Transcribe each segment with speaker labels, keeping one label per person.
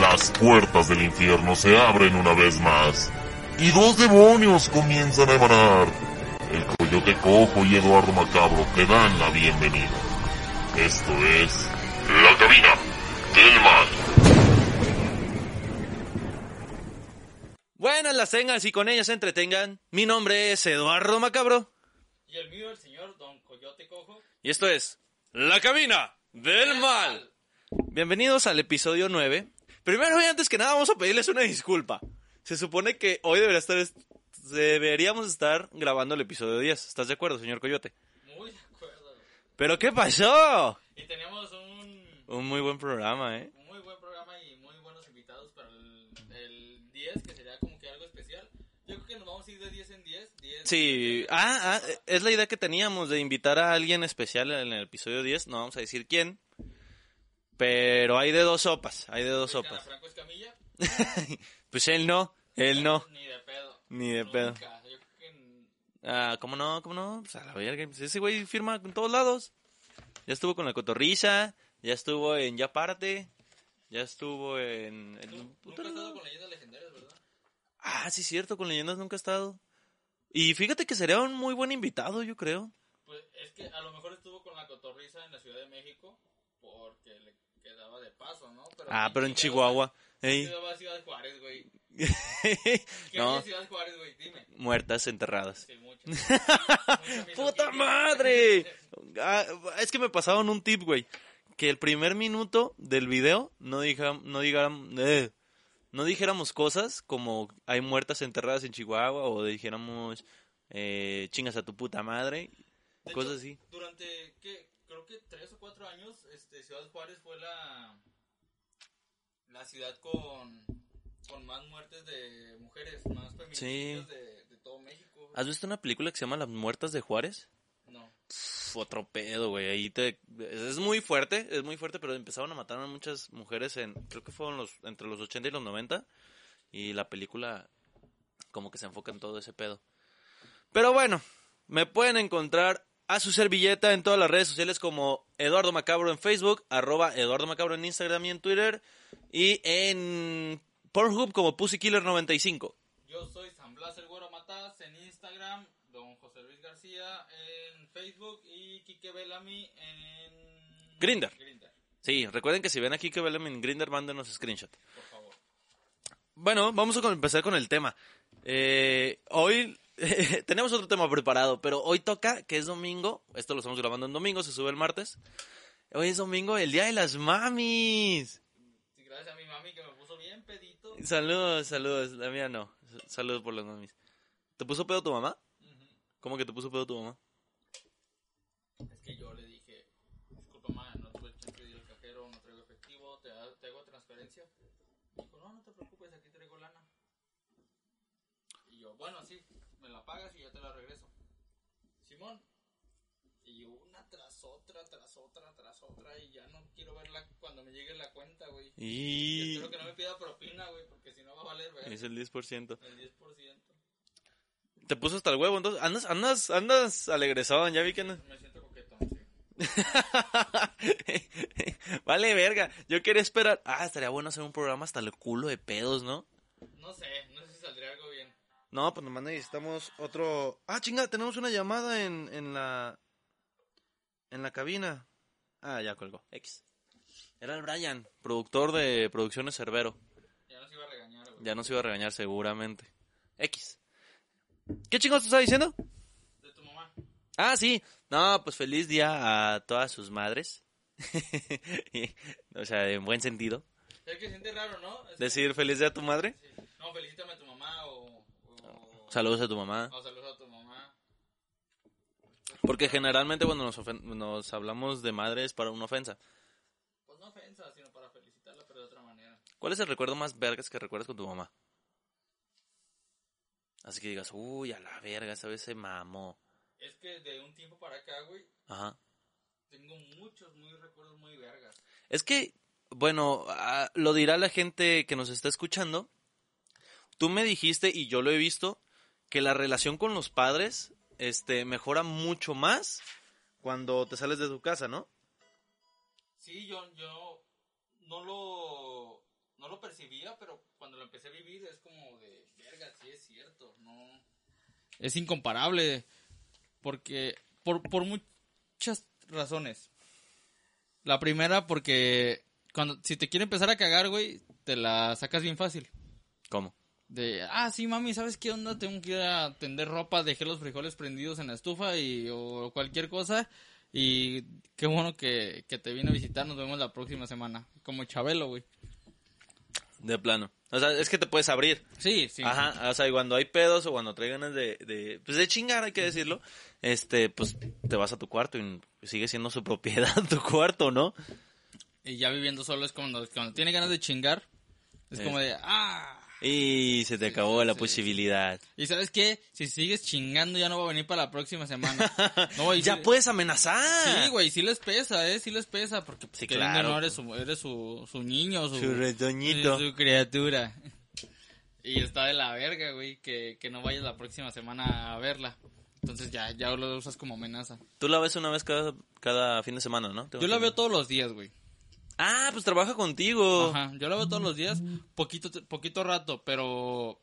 Speaker 1: las puertas del infierno se abren una vez más y dos demonios comienzan a emanar. El Coyote Cojo y Eduardo Macabro te dan la bienvenida. Esto es La Cabina del Mal.
Speaker 2: Buenas las tengan y con ellas se entretengan. Mi nombre es Eduardo Macabro.
Speaker 3: Y el mío el señor Don Coyote Cojo.
Speaker 2: Y esto es La Cabina del Mal. Bienvenidos al episodio 9. Primero y antes que nada vamos a pedirles una disculpa. Se supone que hoy debería estar deberíamos estar grabando el episodio 10. ¿Estás de acuerdo, señor Coyote?
Speaker 3: Muy de acuerdo.
Speaker 2: ¿Pero qué pasó?
Speaker 3: Y teníamos un...
Speaker 2: Un muy buen programa, ¿eh?
Speaker 3: Un muy buen programa y muy buenos invitados para el, el 10, que sería como que algo especial. Yo creo que nos vamos a ir de 10 en 10. 10
Speaker 2: sí, 10. Ah, ah, es la idea que teníamos de invitar a alguien especial en el episodio 10. No vamos a decir quién. Pero hay de dos sopas, hay de dos sopas.
Speaker 3: Franco Escamilla?
Speaker 2: pues él no, él no.
Speaker 3: Ni de pedo.
Speaker 2: Ni de pedo.
Speaker 3: Nunca. Yo creo que en-
Speaker 2: Ah, ¿cómo no? ¿Cómo no? Pues a la verga, pues ese güey firma en todos lados. Ya estuvo con la cotorriza, ya estuvo en Ya Parte, ya estuvo en... en-
Speaker 3: nu- Nunca he estado con leyendas legendarias, ¿verdad?
Speaker 2: Ah, sí, cierto, con leyendas nunca ha estado. Y fíjate que sería un muy buen invitado, yo creo.
Speaker 3: Pues es que a lo mejor estuvo con la cotorriza en la Ciudad de México porque le quedaba de paso, ¿no?
Speaker 2: Ah, pero en
Speaker 3: quedaba-
Speaker 2: Chihuahua. Ey.
Speaker 3: Quedaba a Ciudad Juárez, güey. ¿Qué no.
Speaker 2: no,
Speaker 3: Ciudad Juárez, güey? Dime.
Speaker 2: muertas enterradas.
Speaker 3: Sí, mucho. Mucha misoginia.
Speaker 2: ¡Puta madre! Ah, es que me pasaron un tip, güey. Que el primer minuto del video no, dija- no, digaram- eh, no dijéramos cosas como hay muertas enterradas en Chihuahua o dijéramos eh, chingas a tu puta madre.
Speaker 3: De hecho,
Speaker 2: Cosas así.
Speaker 3: Durante, ¿qué? Creo que tres o cuatro años, este, Ciudad Juárez fue la, la ciudad con, con más muertes de mujeres, más feminicidios de, de todo México.
Speaker 2: ¿Has visto una película que se llama Las Muertas de Juárez?
Speaker 3: No.
Speaker 2: Pff, otro pedo, güey. Ahí te... Es muy fuerte, es muy fuerte, pero empezaron a matar a muchas mujeres en... Creo que fueron los, entre los 80 y los 90. Y la película como que se enfoca en todo ese pedo. Pero bueno, me pueden encontrar a su servilleta en todas las redes sociales como Eduardo Macabro en Facebook, arroba Eduardo Macabro en Instagram y en Twitter. Y en Pornhub como PussyKiller95.
Speaker 3: Yo soy San Blas el Güero Matas en Instagram, Don José Luis García en Facebook y Quique Bellamy en...
Speaker 2: Grindr.
Speaker 3: Grindr,
Speaker 2: Sí, recuerden que si ven aquí que Belém en Grinder, mándenos screenshot.
Speaker 3: por favor.
Speaker 2: Bueno, vamos a con- empezar con el tema. Eh, hoy tenemos otro tema preparado, pero hoy toca, que es domingo. Esto lo estamos grabando en domingo, se sube el martes. Hoy es domingo, el Día de las Mamis.
Speaker 3: Sí, Gracias a mi mami que me puso bien pedito.
Speaker 2: Saludos, saludos. La mía no. Saludos por las mamis. ¿Te puso pedo tu mamá?
Speaker 3: Ujú.
Speaker 2: ¿Cómo que te puso pedo tu mamá?
Speaker 3: Es que yo le dije, disculpa, ma, no tuve chance de ir al cajero, no traigo efectivo, te, ha- te hago transferencia. Dijo, no, no te preocupes, aquí traigo lana. Y yo, bueno, sí, me la pagas y yo te la regreso. Simón. Y yo, una tras otra, tras otra, tras otra, y ya no quiero verla cuando me llegue la cuenta, güey. Y
Speaker 2: Y
Speaker 3: espero que no me pida propina, güey, porque si no va a valer, güey.
Speaker 2: es el 10%.
Speaker 3: El 10%.
Speaker 2: Te puso hasta el huevo, entonces andas andas andas alegresón, ya vi que andas-
Speaker 3: Me siento coquetón, sí.
Speaker 2: vale, verga. Yo quería esperar. Ah, estaría bueno hacer un programa hasta el culo de pedos, ¿no?
Speaker 3: No sé, no sé si saldría algo bien.
Speaker 2: No, pues nomás necesitamos otro. Ah, chinga, tenemos una llamada en, en la. En la cabina. Ah, ya colgó. X. Era el Brian, productor de Producciones Cerbero.
Speaker 3: Ya nos iba a regañar, güey.
Speaker 2: Ya nos iba a regañar seguramente. X. ¿Qué chingados te estaba diciendo?
Speaker 3: De tu mamá.
Speaker 2: Ah, sí. No, pues feliz día a todas sus madres. o sea, en buen sentido.
Speaker 3: Es que siente raro, ¿no? Es-
Speaker 2: Decir feliz día a tu madre.
Speaker 3: sí. No, felicítame a tu mamá o. o-
Speaker 2: Saludos a tu mamá.
Speaker 3: o saludos a tu mamá.
Speaker 2: Porque generalmente cuando nos, ofen- nos hablamos de madre es para una ofensa.
Speaker 3: Pues no ofensa, sino para felicitarla, pero de otra manera.
Speaker 2: ¿Cuál es el recuerdo más vergas que recuerdas con tu mamá? Así que digas, uy, a la verga, esa vez se mamó.
Speaker 3: Es que de un tiempo para acá, güey,
Speaker 2: Ajá.
Speaker 3: tengo muchos muy recuerdos muy vergas.
Speaker 2: Es que, bueno, ah, lo dirá la gente que nos está escuchando. Tú me dijiste, y yo lo he visto, que la relación con los padres este, mejora mucho más cuando te sales de tu casa, ¿no?
Speaker 3: Sí, yo, yo no lo. No
Speaker 4: no lo percibía, pero cuando lo empecé a vivir es como de, verga, sí es cierto, no.
Speaker 3: Es incomparable. Porque. Por, por muchas razones. La primera, porque. Cuando, si te quiere empezar a cagar, güey, te la sacas bien fácil.
Speaker 2: ¿Cómo?
Speaker 3: De, ah, sí, mami, ¿sabes qué onda? Tengo que ir a tender ropa, dejé los frijoles prendidos en la estufa y, o cualquier cosa. Y qué bueno que, que te vino a visitar, nos vemos la próxima semana. Como Chabelo, güey.
Speaker 2: De plano. O sea, es que te puedes abrir.
Speaker 3: Sí, sí.
Speaker 2: Ajá, o sea, y cuando hay pedos o cuando trae ganas de, de, pues de chingar, hay que decirlo, este, pues te vas a tu cuarto y sigue siendo su propiedad tu cuarto, ¿no?
Speaker 3: Y ya viviendo solo es cuando, cuando tiene ganas de chingar. Es
Speaker 2: Eh.
Speaker 3: como de, ah.
Speaker 2: Y se te acabó la
Speaker 3: sí.
Speaker 2: posibilidad.
Speaker 3: Y sabes qué, si sigues chingando ya no va a venir para la próxima semana. No, y
Speaker 2: ya
Speaker 3: sí-
Speaker 2: puedes amenazar.
Speaker 3: Sí, güey, sí les pesa, ¿eh? Sí les pesa porque pues,
Speaker 2: Sí,
Speaker 3: te dicen,
Speaker 2: claro.
Speaker 3: no, eres su, eres su, su niño, su,
Speaker 2: Su retoñito.
Speaker 3: su criatura. Y está de la verga, güey, que, que no vayas la próxima semana a verla. Entonces ya, ya lo usas como amenaza.
Speaker 2: Tú la ves una vez cada, cada fin de semana, ¿no?
Speaker 3: Yo la veo todos los días, güey.
Speaker 2: Ah, pues trabaja contigo.
Speaker 3: Ajá, yo la veo todos los días, poquito, poquito rato, pero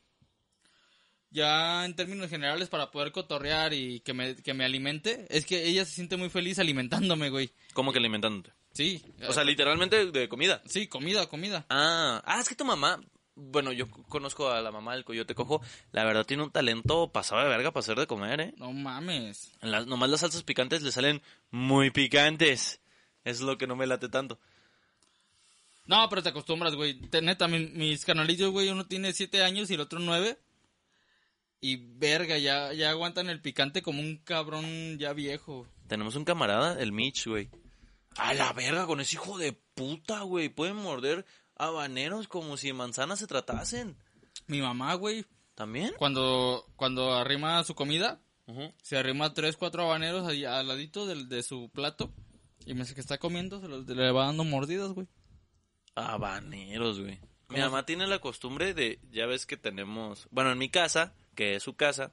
Speaker 3: ya en términos generales para poder cotorrear y que me, que me alimente, es que ella se siente muy feliz alimentándome, güey.
Speaker 2: ¿Cómo que alimentándote?
Speaker 3: Sí. eh,
Speaker 2: O sea, literalmente de comida.
Speaker 3: sí, comida, comida.
Speaker 2: Ah, ah, es que tu mamá, bueno, yo conozco a la mamá del Coyote Cojo, la verdad tiene un talento pasado de verga para hacer de comer, ¿eh?
Speaker 3: No mames.
Speaker 2: Las- nomás las salsas picantes le salen muy picantes. Es lo que no me late tanto.
Speaker 3: No, pero te acostumbras, güey. Te- Neta, mi- mis canalillos, güey, uno tiene siete años y el otro nueve. Y verga, ya, ya aguantan el picante como un cabrón ya viejo.
Speaker 2: Tenemos un camarada, el Mitch, güey. A la verga, con ese hijo de puta, güey. Pueden morder habaneros como si de manzanas se tratasen.
Speaker 3: Mi mamá, güey,
Speaker 2: ¿También?
Speaker 3: cuando, cuando arrima su comida, se arrima tres, cuatro habaneros ahí al ladito del, de su plato. Y me dice que está comiendo, se los, le va dando mordidas, güey.
Speaker 2: Habaneros, güey. Mi
Speaker 3: ¿Cómo?
Speaker 2: mamá tiene la costumbre de, ya ves que tenemos, bueno, en mi casa, que es su casa,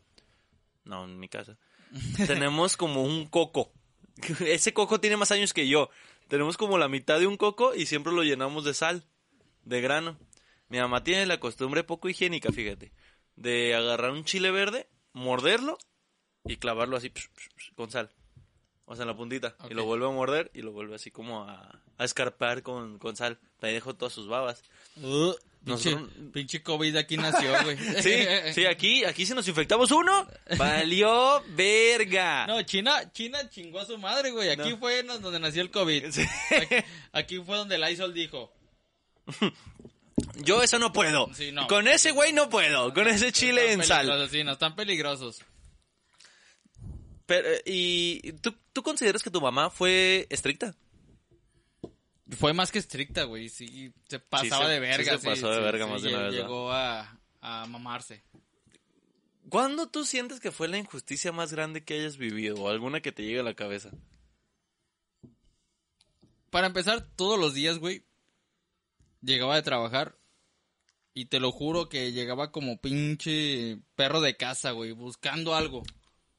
Speaker 2: no, en mi casa, tenemos como un coco. Ese coco tiene más años que yo. Tenemos como la mitad de un coco y siempre lo llenamos de sal, de grano. Mi mamá tiene la costumbre poco higiénica, fíjate, de agarrar un chile verde, morderlo y clavarlo así psh, psh, psh, con sal. O sea, en la puntita.
Speaker 3: Ok.
Speaker 2: Y lo vuelve a morder y lo vuelve así como a, a escarpar con, con sal. Le dejo todas sus babas.
Speaker 3: pinche,
Speaker 2: Uh, Nosotros-
Speaker 3: pinche COVID de aquí nació, güey.
Speaker 2: Sí, sí, aquí, aquí si nos infectamos uno, valió verga.
Speaker 3: No, China, China chingó a su madre, güey. Aquí
Speaker 2: No.
Speaker 3: fue no- donde nació el COVID.
Speaker 2: Sí.
Speaker 3: Aquí, aquí fue donde Lysol dijo.
Speaker 2: Yo eso no puedo.
Speaker 3: Sí, no.
Speaker 2: Con ese güey no puedo. Con ese chile en sal.
Speaker 3: Están peligrosos, Sí, no, están peligrosos.
Speaker 2: Pero, eh, ¿Y ¿tú, tú consideras que tu mamá fue estricta?
Speaker 3: Fue más que estricta, güey. Sí, se pasaba
Speaker 2: se-
Speaker 3: de verga.
Speaker 2: sí se pasó de verga más de una
Speaker 3: lle-
Speaker 2: vez, ¿no?
Speaker 3: Llegó a, a mamarse.
Speaker 2: ¿Cuándo tú sientes que fue la injusticia más grande que hayas vivido o alguna que te llegue a la cabeza?
Speaker 3: Para empezar, todos los días, güey, llegaba de trabajar. Y te lo juro que llegaba como pinche perro de casa, güey, buscando algo.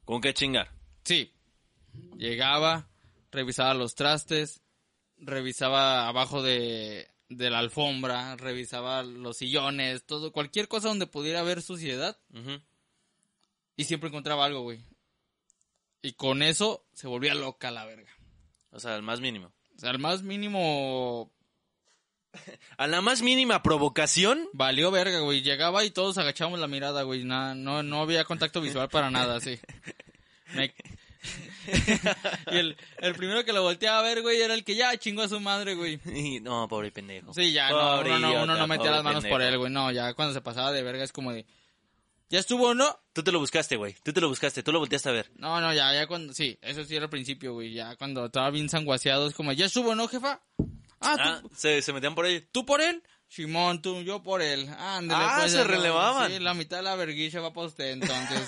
Speaker 2: ¿Con qué chingar?
Speaker 3: Sí. Llegaba, revisaba los trastes, revisaba abajo de, de la alfombra, revisaba los sillones, todo, cualquier cosa donde pudiera haber suciedad.
Speaker 2: Ujú.
Speaker 3: Y siempre encontraba algo, güey. Y con eso se volvía loca la verga.
Speaker 2: O sea, al más mínimo.
Speaker 3: O sea, al más mínimo
Speaker 2: A la más mínima provocación,
Speaker 3: valió verga, güey. Llegaba y todos agachábamos la mirada, güey. Na- no, no había contacto visual para nada, sí. Me- y el, el primero que lo volteaba a ver, güey, era el que ya chingó a su madre, güey.
Speaker 2: Y, no, pobre pendejo.
Speaker 3: Sí, ya, no,
Speaker 2: Pobre
Speaker 3: uno, no, uno
Speaker 2: idiota,
Speaker 3: no metía las
Speaker 2: pobre
Speaker 3: manos por
Speaker 2: pendejo.
Speaker 3: él, güey. No, ya cuando se pasaba de verga es como de... ¿Ya estuvo o no?
Speaker 2: Tú te lo buscaste, güey. Tú te lo buscaste. Tú lo volteaste a ver.
Speaker 3: No, no, ya, ya cuando... Sí, eso sí era al principio, güey. Ya cuando estaba bien sanguaseado es como... ¿Ya estuvo o no, jefa? Ah, ¿tú,
Speaker 2: Ah, se, se metían por ahí.
Speaker 3: tú por él? Simón, tú, yo por él. Ándale,
Speaker 2: Ah,
Speaker 3: pues,
Speaker 2: se
Speaker 3: ya no,
Speaker 2: relevaban.
Speaker 3: Sí, la mitad de la verguilla va para usted, entonces,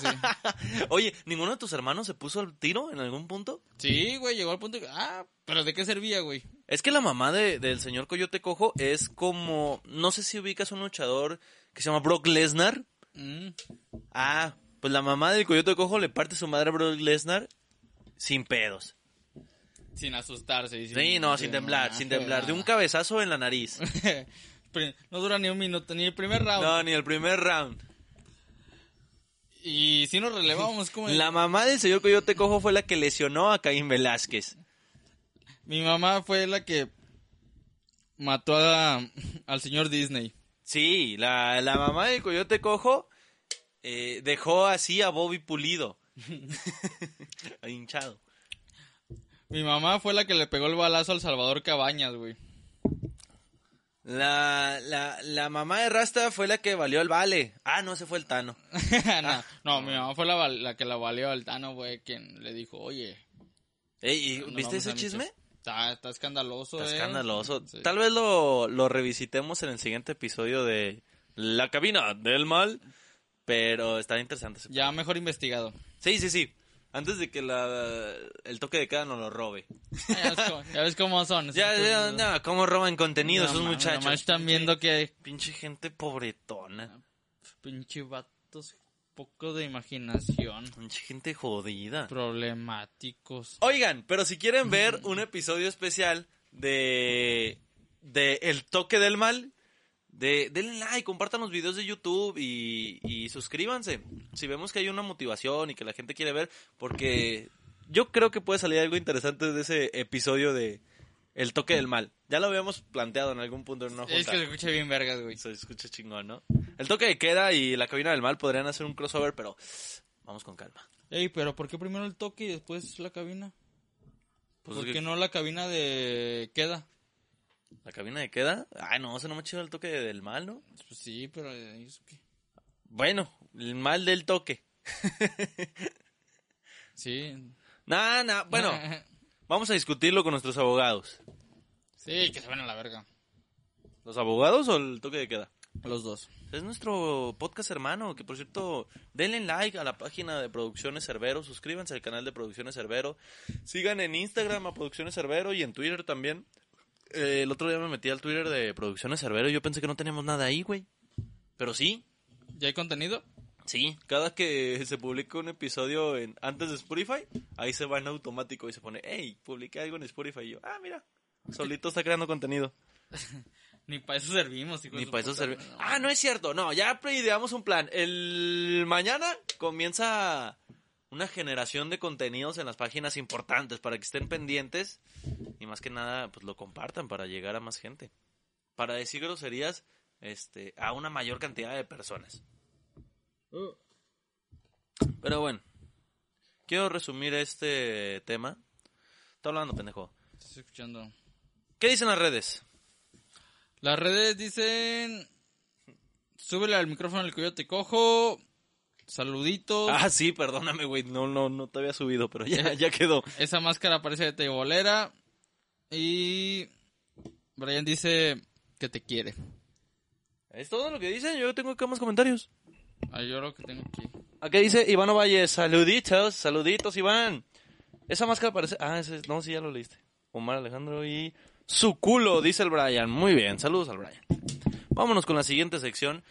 Speaker 3: sí.
Speaker 2: Oye, ¿ninguno de tus hermanos se puso al tiro en algún punto?
Speaker 3: Sí, güey, llegó al punto de... Ah, pero ¿de qué servía, güey?
Speaker 2: Es que la mamá de- del señor Coyote Cojo es como... No sé si ubicas un luchador que se llama Brock Lesnar.
Speaker 3: Mm,
Speaker 2: Ah, pues la mamá del Coyote Cojo le parte su madre a Brock Lesnar sin pedos.
Speaker 3: sin asustarse. y
Speaker 2: Sí, no, sin temblar, sin temblar. De un cabezazo en la nariz.
Speaker 3: pri- no dura ni un minuto, ni el primer round.
Speaker 2: No, ni el primer round.
Speaker 3: Y si nos relevamos, como
Speaker 2: La mamá del señor Coyote Cojo fue la que lesionó a Caín Velázquez.
Speaker 3: mi mamá fue la que mató a- al señor Disney.
Speaker 2: Sí, la, la mamá del Coyote Cojo eh, dejó así a Bobby Pulido. Hinchado.
Speaker 3: Mi mamá fue la que le pegó el balazo al Salvador Cabañas, güey.
Speaker 2: La, la, la mamá de Rasta fue la que valió al vale. Ah, no, se fue el Tano.
Speaker 3: no, no, mi mamá fue la, val- la que la valió al Tano, güey, quien le dijo, oye.
Speaker 2: Ey, ¿y
Speaker 3: no
Speaker 2: ¿Viste
Speaker 3: vamos a
Speaker 2: ese
Speaker 3: miches.
Speaker 2: chisme?
Speaker 3: Está, está escandaloso,
Speaker 2: Está
Speaker 3: eh.
Speaker 2: escandaloso.
Speaker 3: Sí.
Speaker 2: Tal vez lo, lo revisitemos en el siguiente episodio de La cabina del mal. Pero está interesante. ese
Speaker 3: Ya mejor investigado.
Speaker 2: Sí, sí, sí. Antes de que la, el toque de queda nos lo robe.
Speaker 3: Ya ves cómo, ya ves cómo son. esos
Speaker 2: Ya, ya,
Speaker 3: putos-
Speaker 2: no, cómo roban contenido
Speaker 3: No
Speaker 2: esos
Speaker 3: mames,
Speaker 2: muchachos.
Speaker 3: nomás están viendo que
Speaker 2: Pinche gente pobretona.
Speaker 3: pinche vatos poco de imaginación.
Speaker 2: Pinche gente jodida.
Speaker 3: Problemáticos.
Speaker 2: Oigan, pero si quieren ver
Speaker 3: Mm.
Speaker 2: un episodio especial de, de El Toque del Mal, de, denle like, compartan los videos de YouTube y, y suscríbanse. Si vemos que hay una motivación y que la gente quiere ver, porque yo creo que puede salir algo interesante de ese episodio de El Toque del Mal. Ya lo habíamos planteado en algún punto en una junta.
Speaker 3: Es que se escucha bien vergas, güey.
Speaker 2: Se escucha chingón, ¿no? El toque de queda y la cabina del mal podrían hacer un crossover, pero vamos con calma.
Speaker 3: Ey, pero ¿por qué primero el toque y después la cabina?
Speaker 2: Pues
Speaker 3: ¿Por
Speaker 2: es
Speaker 3: qué
Speaker 2: que-
Speaker 3: no la cabina de queda?
Speaker 2: ¿La cabina de queda? Ay, no, se no me chido el toque del mal, ¿no?
Speaker 3: Pues sí, pero eh, es que-
Speaker 2: Bueno, el mal del toque.
Speaker 3: sí.
Speaker 2: Nah, nah, bueno, vamos a discutirlo con nuestros abogados.
Speaker 3: sí, que se van a la verga.
Speaker 2: ¿Los abogados o el toque de queda?
Speaker 3: Los dos.
Speaker 2: Es nuestro podcast hermano, que por cierto, denle like a la página de Producciones Cerbero, suscríbanse al canal de Producciones Cerbero, sigan en Instagram a Producciones Cerbero y en Twitter también. Eh, el otro día me metí al Twitter de Producciones Cerbero y yo pensé que no teníamos nada ahí, güey. Pero sí,
Speaker 3: ¿Ya hay contenido?
Speaker 2: sí. Cada que se publica un episodio en, antes de Spotify, ahí se va en automático y se pone, hey, publiqué algo en Spotify. Y yo, ah, mira, solito está creando contenido.
Speaker 3: Ni para eso servimos, hijo de
Speaker 2: Ni
Speaker 3: su
Speaker 2: para eso
Speaker 3: puta
Speaker 2: serve.
Speaker 3: madre.
Speaker 2: Ah, no es cierto. No, ya ideamos un plan. El mañana comienza una generación de contenidos en las páginas importantes para que estén pendientes y más que nada pues lo compartan para llegar a más gente. Para decir groserías este a una mayor cantidad de personas.
Speaker 3: Uh,
Speaker 2: Pero bueno, quiero resumir este tema. Está hablando, pendejo.
Speaker 3: estoy escuchando.
Speaker 2: ¿Qué dicen las redes?
Speaker 3: Las redes dicen. Súbele al micrófono al coyote cojo. Saluditos.
Speaker 2: Ah, sí, perdóname, güey. No, no, no te había subido, pero ya, ya quedó.
Speaker 3: Esa máscara parece de tebolera. Y. Brian dice que te quiere.
Speaker 2: Es todo lo que dicen. Yo tengo acá más comentarios.
Speaker 3: Ah, yo lo que tengo aquí.
Speaker 2: Acá dice Iván Ovalle, saluditos, saluditos Iván. Esa máscara parece... Ah, ese, no, sí, ya lo leíste. Omar Alejandro y... Su culo, dice el Brian. Muy bien, saludos al Brian. Vámonos con la siguiente sección.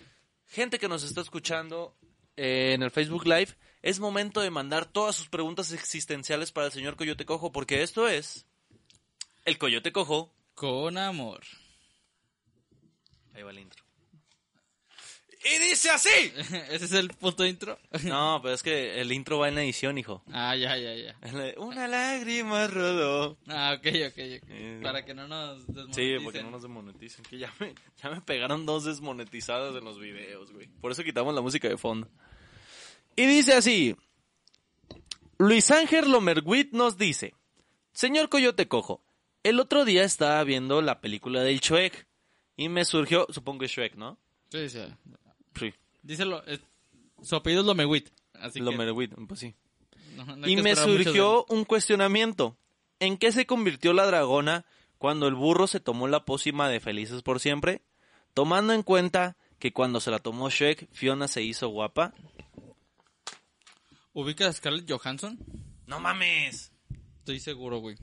Speaker 2: Gente que nos está escuchando eh, en el Facebook Live, es momento de mandar todas sus preguntas existenciales para el señor Coyote Cojo, porque esto es... El Coyote Cojo.
Speaker 3: Con amor.
Speaker 2: Ahí va el intro. Y dice así.
Speaker 3: Ese es el puto intro.
Speaker 2: No, pero es que el intro va en la edición, hijo.
Speaker 3: ah, ya, ya, ya.
Speaker 2: Una lágrima rodó.
Speaker 3: Ah, ok, ok, ok.
Speaker 2: Eh.
Speaker 3: Para que no nos
Speaker 2: Sí,
Speaker 3: desmoneticen.
Speaker 2: porque no nos demoneticen. Que ya me, ya me pegaron dos desmonetizadas en los videos, güey. Por eso quitamos la música de fondo. Y dice así. Luis Ángel Lomerguit nos dice. Señor Coyote Cojo, el otro día estaba viendo la película del Shrek. Y me surgió, supongo que es Shrek, ¿no?
Speaker 3: Sí, sí.
Speaker 2: Sí.
Speaker 3: Díselo. es- su apellido es Lomewit. Así que.
Speaker 2: Lomerguit, pues sí.
Speaker 3: no- no hay
Speaker 2: Y
Speaker 3: que
Speaker 2: me
Speaker 3: esperar mucho de-
Speaker 2: surgió un cuestionamiento. ¿En qué se convirtió la dragona cuando el burro se tomó la pócima de Felices por Siempre? Tomando en cuenta que cuando se la tomó Shrek, Fiona se hizo guapa.
Speaker 3: ¿Ubicas a Scarlett Johansson?
Speaker 2: No mames.
Speaker 3: Estoy seguro, güey.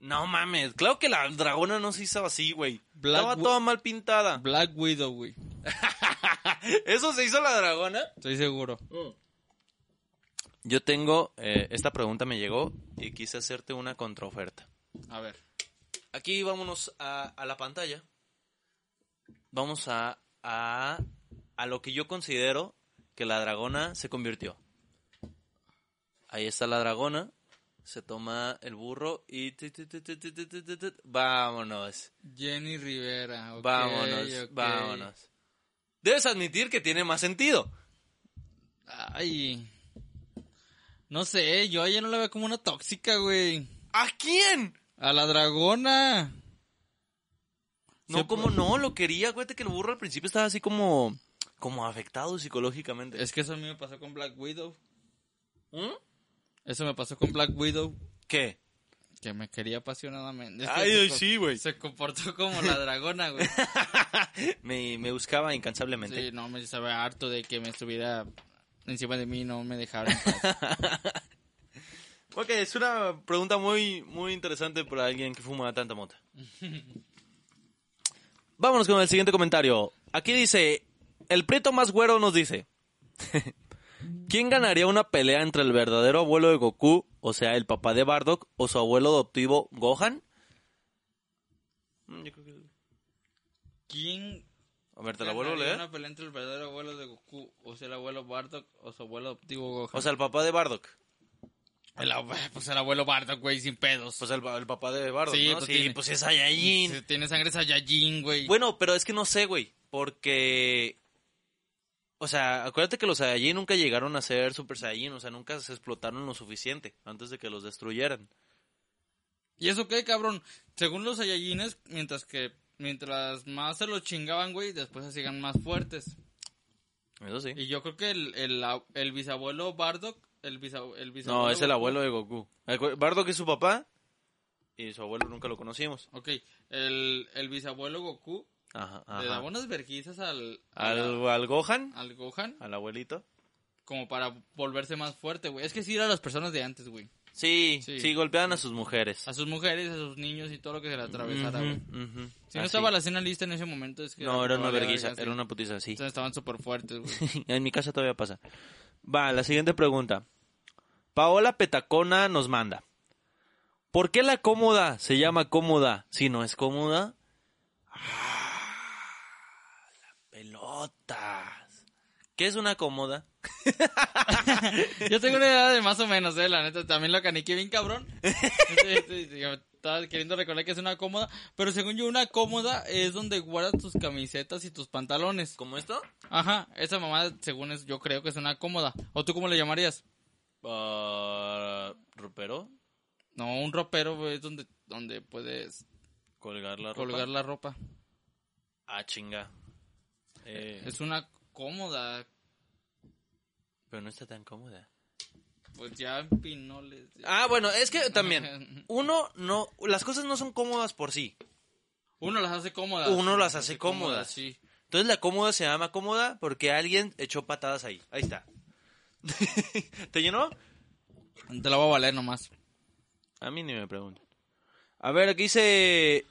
Speaker 2: No mames. Claro que la dragona no se hizo así, güey.
Speaker 3: Black
Speaker 2: Estaba
Speaker 3: Wi-
Speaker 2: toda mal pintada.
Speaker 3: Black Widow, güey.
Speaker 2: ¿Eso se hizo la dragona?
Speaker 3: Estoy seguro.
Speaker 2: Yo tengo... eh, esta pregunta me llegó y quise hacerte una contraoferta.
Speaker 3: A ver.
Speaker 2: Aquí vámonos a, a la pantalla. vamos a, a, a lo que yo considero que la dragona se convirtió. Ahí está la dragona, se toma el burro y... ti, ti, ti, ti, ti, ti, ti, ti, ti, Vámonos,
Speaker 3: Jenny Rivera. ok,
Speaker 2: vámonos,
Speaker 3: ok.
Speaker 2: vámonos. Debes admitir que tiene más sentido.
Speaker 3: Ay. No sé, yo a ella no la veo como una tóxica, güey.
Speaker 2: ¿A quién?
Speaker 3: A la dragona.
Speaker 2: No,
Speaker 3: Sí,
Speaker 2: como
Speaker 3: pues.
Speaker 2: no, lo quería. Acuérdate que el burro al principio estaba así como, como afectado psicológicamente.
Speaker 3: Es que eso a mí me pasó con Black Widow.
Speaker 2: ¿Mm?
Speaker 3: Eso me pasó con Black Widow,
Speaker 2: ¿Qué?
Speaker 3: que me quería apasionadamente. Es que
Speaker 2: Ay,
Speaker 3: se
Speaker 2: ay,
Speaker 3: co-
Speaker 2: sí, güey.
Speaker 3: Se comportó como la dragona, güey.
Speaker 2: Me, me buscaba incansablemente.
Speaker 3: Sí, no, me estaba harto de que me estuviera encima de mí y no me dejara. en paz.
Speaker 2: Ok, es una pregunta muy, muy interesante para alguien que fuma tanta mota. Vámonos con el siguiente comentario. Aquí dice, el preto más güero nos dice, ¿quién ganaría una pelea entre el verdadero abuelo de Goku, o sea, el papá de Bardock, o su abuelo adoptivo Gohan? Mm, Yo creo que...
Speaker 3: ¿Quién
Speaker 2: A ver, te la vuelvo a
Speaker 3: ganaría
Speaker 2: leer.
Speaker 3: Una pelea entre el verdadero abuelo de Goku, o sea, el abuelo Bardock, o su abuelo adoptivo Gohan.
Speaker 2: O sea, el papá de Bardock.
Speaker 3: El abue- pues el abuelo Bardock, güey, sin pedos.
Speaker 2: Pues el, pa- el papá de Bardock,
Speaker 3: Sí,
Speaker 2: ¿no?
Speaker 3: pues
Speaker 2: sí,
Speaker 3: tiene-
Speaker 2: pues es Saiyajin.
Speaker 3: Se tiene sangre Saiyajin, güey.
Speaker 2: Bueno, pero es que no sé, güey, porque... O sea, acuérdate que los Saiyajin nunca llegaron a ser Super Saiyajin, o sea, nunca se explotaron lo suficiente antes de que los destruyeran.
Speaker 3: ¿Y eso qué, cabrón? Según los Saiyajines, mientras que mientras más se los chingaban, güey, después se sigan más fuertes.
Speaker 2: Eso sí.
Speaker 3: Y yo creo que el, el, a- el bisabuelo Bardock, el, bisab- el bisabuelo...
Speaker 2: No, es el
Speaker 3: Goku-
Speaker 2: abuelo de Goku. Acu- Bardock es su papá y su abuelo nunca lo conocimos.
Speaker 3: Ok, el, el bisabuelo Goku
Speaker 2: Ajá,
Speaker 3: le daba
Speaker 2: ajá.
Speaker 3: unas verguizas al,
Speaker 2: Al,
Speaker 3: Ah.
Speaker 2: al Gohan,
Speaker 3: al Gohan
Speaker 2: al abuelito.
Speaker 3: como para volverse más fuerte, güey. Es que sí eran las personas de antes, güey.
Speaker 2: Sí, sí,
Speaker 3: Sí.
Speaker 2: golpeaban a sus mujeres.
Speaker 3: A sus mujeres, a sus niños y todo lo que se le atravesara,
Speaker 2: Ujú,
Speaker 3: güey.
Speaker 2: ujú.
Speaker 3: Si no
Speaker 2: Así.
Speaker 3: estaba la cena lista en ese momento, es que...
Speaker 2: No, era una
Speaker 3: valía
Speaker 2: vergüenza,
Speaker 3: verga, sí.
Speaker 2: era una putiza, sí.
Speaker 3: Entonces estaban súper fuertes, güey.
Speaker 2: en mi casa todavía pasa. Va, la siguiente pregunta. Paola Petacona nos manda. ¿Por qué la cómoda se llama cómoda si no es cómoda? Ah, la pelotas. ¿Qué es una cómoda?
Speaker 3: Yo tengo una edad de más o menos, eh, la neta, también lo caniqué bien cabrón. Este, Sí, sí, sí, Estaba queriendo recordar que es una cómoda, pero según yo una cómoda es donde guardas tus camisetas y tus pantalones.
Speaker 2: ¿Como esto?
Speaker 3: Ajá, esa mamá según es, yo creo que es una cómoda. ¿O tú cómo le llamarías?
Speaker 2: Ah, ¿Ropero?
Speaker 3: No, un ropero güey, es donde donde puedes
Speaker 2: ¿Colgar la ropa?
Speaker 3: colgar la ropa.
Speaker 2: Ah, chinga. Eh,
Speaker 3: Es una cómoda,
Speaker 2: Pero no está tan cómoda.
Speaker 3: pues ya en pinoles.
Speaker 2: Ah, bueno, es que también uno no... Las cosas no son cómodas por sí.
Speaker 3: Uno las hace cómodas.
Speaker 2: Uno las hace cómodas.
Speaker 3: sí.
Speaker 2: Entonces la cómoda se llama cómoda porque alguien echó patadas ahí. Ahí está. ¿Te llenó?
Speaker 3: Te la voy a valer nomás.
Speaker 2: A mí ni me preguntan. A ver, aquí dice...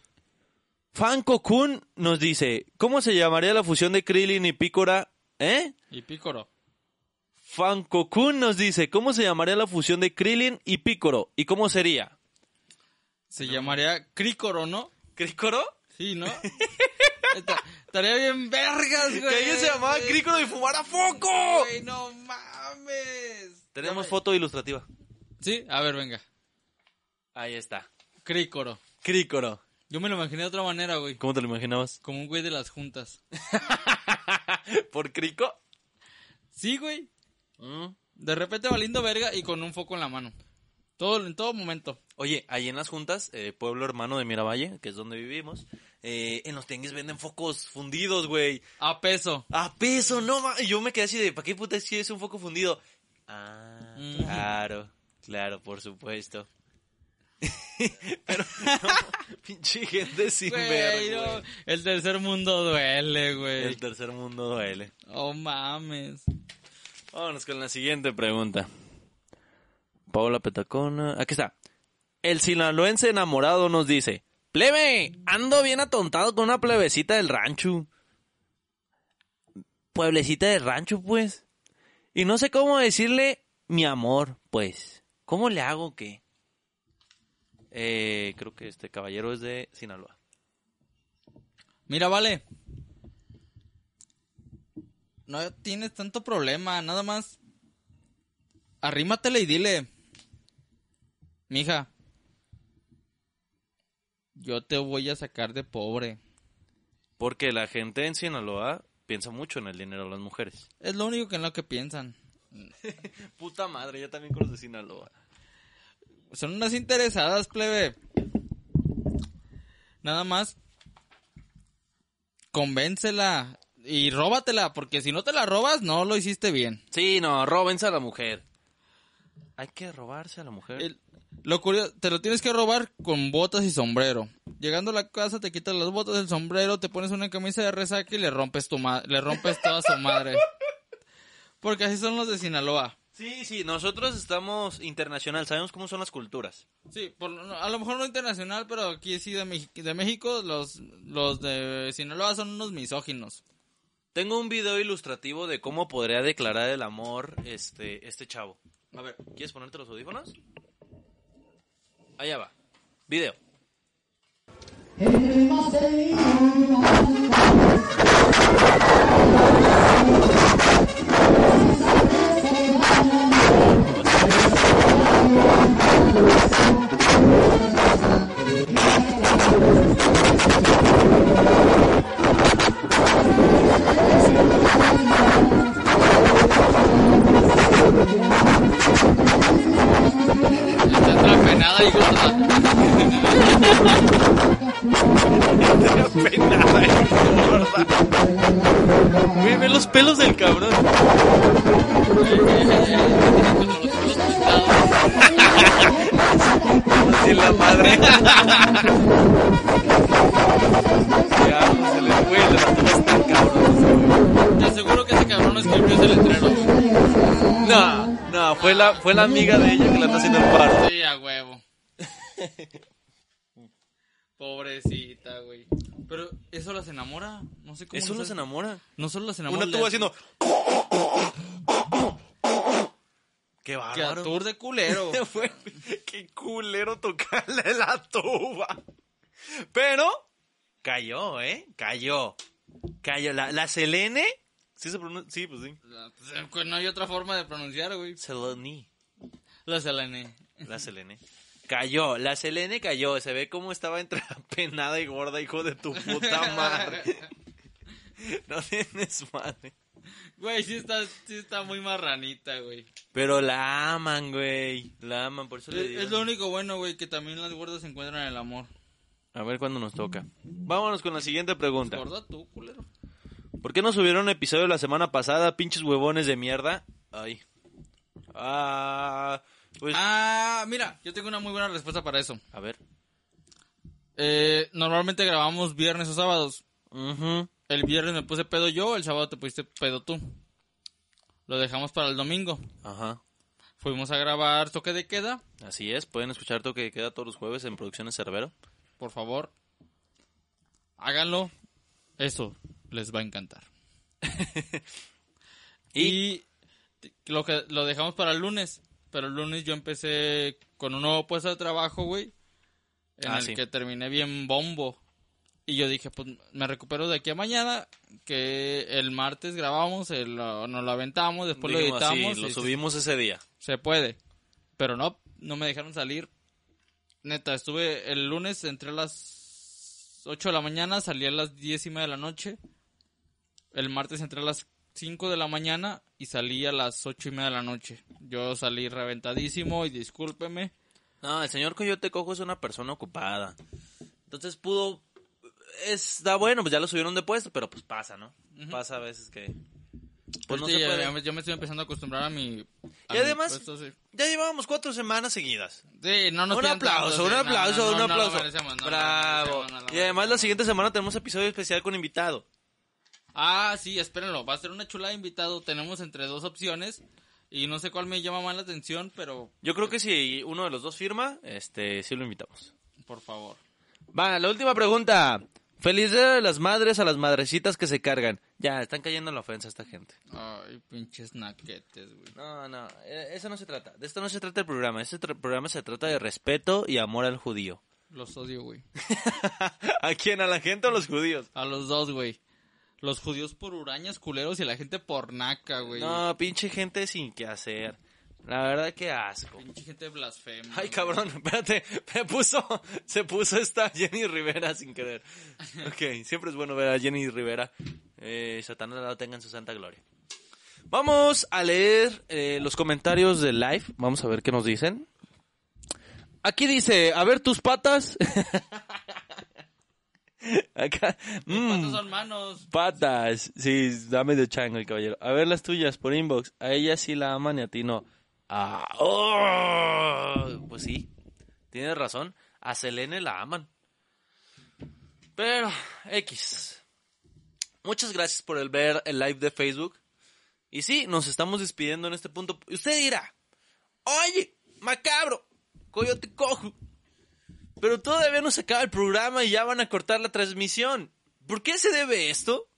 Speaker 2: Fanco Kun nos dice, ¿cómo se llamaría la fusión de Krillin y Pícora? ¿Eh?
Speaker 3: Y pícoro.
Speaker 2: Fanco Kun nos dice, ¿cómo se llamaría la fusión de Krillin y Pícoro? ¿Y cómo sería?
Speaker 3: Se llamaría crícoro, ¿no?
Speaker 2: ¿Crícoro?
Speaker 3: Sí, ¿no? Esta- Estaría bien vergas, güey.
Speaker 2: Que alguien se llamaba Crícoro y fumara foco.
Speaker 3: Güey, no mames.
Speaker 2: Tenemos foto ilustrativa.
Speaker 3: Sí, a ver, venga.
Speaker 2: Ahí está.
Speaker 3: Crícoro.
Speaker 2: Crícoro.
Speaker 3: Yo me lo imaginé de otra manera, güey.
Speaker 2: ¿Cómo te lo imaginabas?
Speaker 3: Como un güey de las juntas.
Speaker 2: ¿Por Crico?
Speaker 3: Sí, güey.
Speaker 2: Mm.
Speaker 3: De repente valiendo verga y con un foco en la mano. Todo, en todo momento.
Speaker 2: Oye, ahí en las juntas, eh, pueblo hermano de Miravalle, que es donde vivimos, eh, en los tianguis venden focos fundidos, güey.
Speaker 3: A peso.
Speaker 2: A peso, no ma- Y yo me quedé así de, ¿para qué puta si es un foco fundido? Ah,
Speaker 3: Mm.
Speaker 2: claro, claro, por supuesto. Pero, no, pinche gente sin
Speaker 3: Güey,
Speaker 2: ver,
Speaker 3: no.
Speaker 2: güey.
Speaker 3: El tercer mundo duele, güey.
Speaker 2: El tercer mundo duele.
Speaker 3: Oh, mames.
Speaker 2: Vámonos con la siguiente pregunta. Paola Petacona. Aquí está. El sinaloense enamorado nos dice: Plebe, ando bien atontado con una plebecita del rancho. Pueblecita del rancho, pues. Y no sé cómo decirle mi amor, pues. ¿Cómo le hago que? Eh, creo que este caballero es de Sinaloa.
Speaker 3: Mira, vale. no tienes tanto problema, nada más arrímatele y dile, mija, yo te voy a sacar de pobre.
Speaker 2: Porque la gente en Sinaloa piensa mucho en el dinero de las mujeres.
Speaker 3: Es lo único que en lo que piensan.
Speaker 2: Puta madre, yo también con los de Sinaloa.
Speaker 3: Son unas interesadas, plebe. Nada más. Convéncela y róbatela, porque si no te la robas, no lo hiciste bien.
Speaker 2: Sí, no, róbense a la mujer. Hay que robarse a la mujer.
Speaker 3: El- lo curioso, te lo tienes que robar con botas y sombrero. Llegando a la casa, te quitas las botas, el sombrero, te pones una camisa de resaca y le rompes, tu ma- le rompes toda su madre. Porque así son los de Sinaloa.
Speaker 2: Sí, sí, nosotros estamos internacional, sabemos cómo son las culturas.
Speaker 3: Sí, por, lo- a lo mejor no internacional, pero aquí sí de, Mex- de México, los, los de Sinaloa son unos misóginos.
Speaker 2: Tengo un video ilustrativo de cómo podría declarar el amor este, este chavo. A ver, ¿quieres ponerte los audífonos? Allá va. Video.
Speaker 3: Está trapenada y gorda.
Speaker 2: Güey, ve los pelos del cabrón.
Speaker 3: Con los pelos pintados.
Speaker 2: De la madre. Ya, se le fue la este cabrón.
Speaker 3: Te aseguro que ese cabrón no escribió ese letrero.
Speaker 2: No, no, fue la, fue la amiga de ella que la está haciendo el paro.
Speaker 3: Sí, a huevo. Pobrecita, güey. Pero eso las enamora. No sé cómo.
Speaker 2: Eso
Speaker 3: las
Speaker 2: los
Speaker 3: hace.
Speaker 2: enamora.
Speaker 3: No solo las enamora.
Speaker 2: Una tuvo
Speaker 3: les-
Speaker 2: haciendo. Qué
Speaker 3: Que
Speaker 2: bárbaro.
Speaker 3: atur de culero.
Speaker 2: Fue- Qué culero tocarle la tuba. Pero cayó, ¿eh? Cayó. Cayó. La, la Selene. Sí, se pronuncia. Sí, pues sí.
Speaker 3: Pues no hay otra forma de pronunciar, güey.
Speaker 2: Selene.
Speaker 3: La selené.
Speaker 2: La Selene. Cayó, la Selene cayó. Se ve cómo estaba entre penada y gorda, hijo de tu puta madre. No tienes madre.
Speaker 3: Güey, sí está, sí está muy marranita, güey.
Speaker 2: Pero la aman, güey. La aman, por eso le digo.
Speaker 3: Es, es lo único bueno, güey, que también las gordas encuentran el amor.
Speaker 2: A ver cuándo nos toca. Vámonos con la siguiente pregunta.
Speaker 3: Gorda tú, culero.
Speaker 2: ¿Por qué no subieron episodio la semana pasada, pinches huevones de mierda? Ay. Ah. Pues.
Speaker 3: Ah, mira, yo tengo una muy buena respuesta para eso.
Speaker 2: A ver.
Speaker 3: Eh, normalmente grabamos viernes o sábados.
Speaker 2: Ujú.
Speaker 3: El viernes me puse pedo yo, el sábado te pusiste pedo tú. Lo dejamos para el domingo.
Speaker 2: Ajá.
Speaker 3: Fuimos a grabar toque de queda.
Speaker 2: Así es. Pueden escuchar Toque que queda todos los jueves en Producciones Cerbero.
Speaker 3: Por favor, háganlo. Eso les va a encantar. y t- lo que lo dejamos para el lunes. Pero el lunes yo empecé con un nuevo puesto de trabajo, güey. En
Speaker 2: Ah,
Speaker 3: el
Speaker 2: sí.
Speaker 3: que terminé bien bombo. Y yo dije, pues me recupero de aquí a mañana. Que el martes grabamos, el- lo- nos lo aventamos, después
Speaker 2: Dijimos
Speaker 3: Pues lo
Speaker 2: así,
Speaker 3: editamos. este,
Speaker 2: lo
Speaker 3: y-
Speaker 2: subimos ese día.
Speaker 3: se puede. Pero no, no me dejaron salir. Neta, estuve el lunes, entré a las 8 de la mañana, salí a las 10 y media de la noche. El martes entré a las 5 de la mañana y salí a las 8 y media de la noche. Yo salí reventadísimo y discúlpeme.
Speaker 2: No, el señor Coyote Cojo es una persona ocupada. Entonces pudo. Está bueno, pues ya lo subieron de puesto, pero pues pasa, ¿no? Pasa a veces que. Pues no
Speaker 3: Ahorita
Speaker 2: se
Speaker 3: ya-
Speaker 2: puede.
Speaker 3: ya me- yo me estoy empezando a acostumbrar a mi... a
Speaker 2: Y
Speaker 3: mi
Speaker 2: además-
Speaker 3: puesto, sí.
Speaker 2: Ya llevábamos cuatro semanas seguidas.
Speaker 3: Sí, no nos
Speaker 2: un
Speaker 3: tiran
Speaker 2: aplauso,
Speaker 3: tanto,
Speaker 2: un
Speaker 3: sí, no, no,
Speaker 2: aplauso,
Speaker 3: no,
Speaker 2: un
Speaker 3: no lo
Speaker 2: aplauso.
Speaker 3: merecemos, no lo
Speaker 2: Bravo.
Speaker 3: merecemos, no lo
Speaker 2: y además la
Speaker 3: merecemos.
Speaker 2: siguiente semana tenemos episodio especial con invitado.
Speaker 3: Ah, sí, espérenlo. Va a ser una chulada de invitado. Tenemos entre dos opciones. Y no sé cuál me llama más la atención, pero
Speaker 2: Yo creo que si uno de los dos firma, este, sí lo invitamos.
Speaker 3: por favor.
Speaker 2: Va, la última pregunta. Feliz día de las madres a las madrecitas que se cargan. Ya, están cayendo en la ofensa esta gente.
Speaker 3: Ay, pinches naquetes, güey.
Speaker 2: No, no, eh, eso no se trata. De esto no se trata el programa. Este tra- programa se trata de respeto y amor al judío.
Speaker 3: Los odio, güey.
Speaker 2: ¿A quién? ¿A la gente o a los judíos?
Speaker 3: A los dos, güey. Los judíos por hurañas culeros y la gente por naca, güey.
Speaker 2: No, pinche gente sin qué hacer. La verdad que asco.
Speaker 3: Pinche gente blasfema.
Speaker 2: Ay,
Speaker 3: güey.
Speaker 2: cabrón, espérate. Me puso, se puso esta Jenny Rivera sin querer. Ok, siempre es bueno ver a Jenny Rivera. Eh, Satanás la tenga en su santa gloria. Vamos a leer eh, los comentarios del live. Vamos a ver qué nos dicen. Aquí dice, a ver tus patas. Acá.
Speaker 3: Mis
Speaker 2: mm.
Speaker 3: patas son manos.
Speaker 2: Patas. Sí, dame de chango el caballero. A ver las tuyas por inbox. A ella sí la aman y a ti no. Ah, oh. Pues sí, tienes razón. A Selene la aman. Pero, X. Muchas gracias por el ver el live de Facebook. Y sí, nos estamos despidiendo en este punto. Y usted dirá, oye, macabro, coyote cojo. Pero todavía no se acaba el programa y ya van a cortar la transmisión. ¿Por qué se debe esto?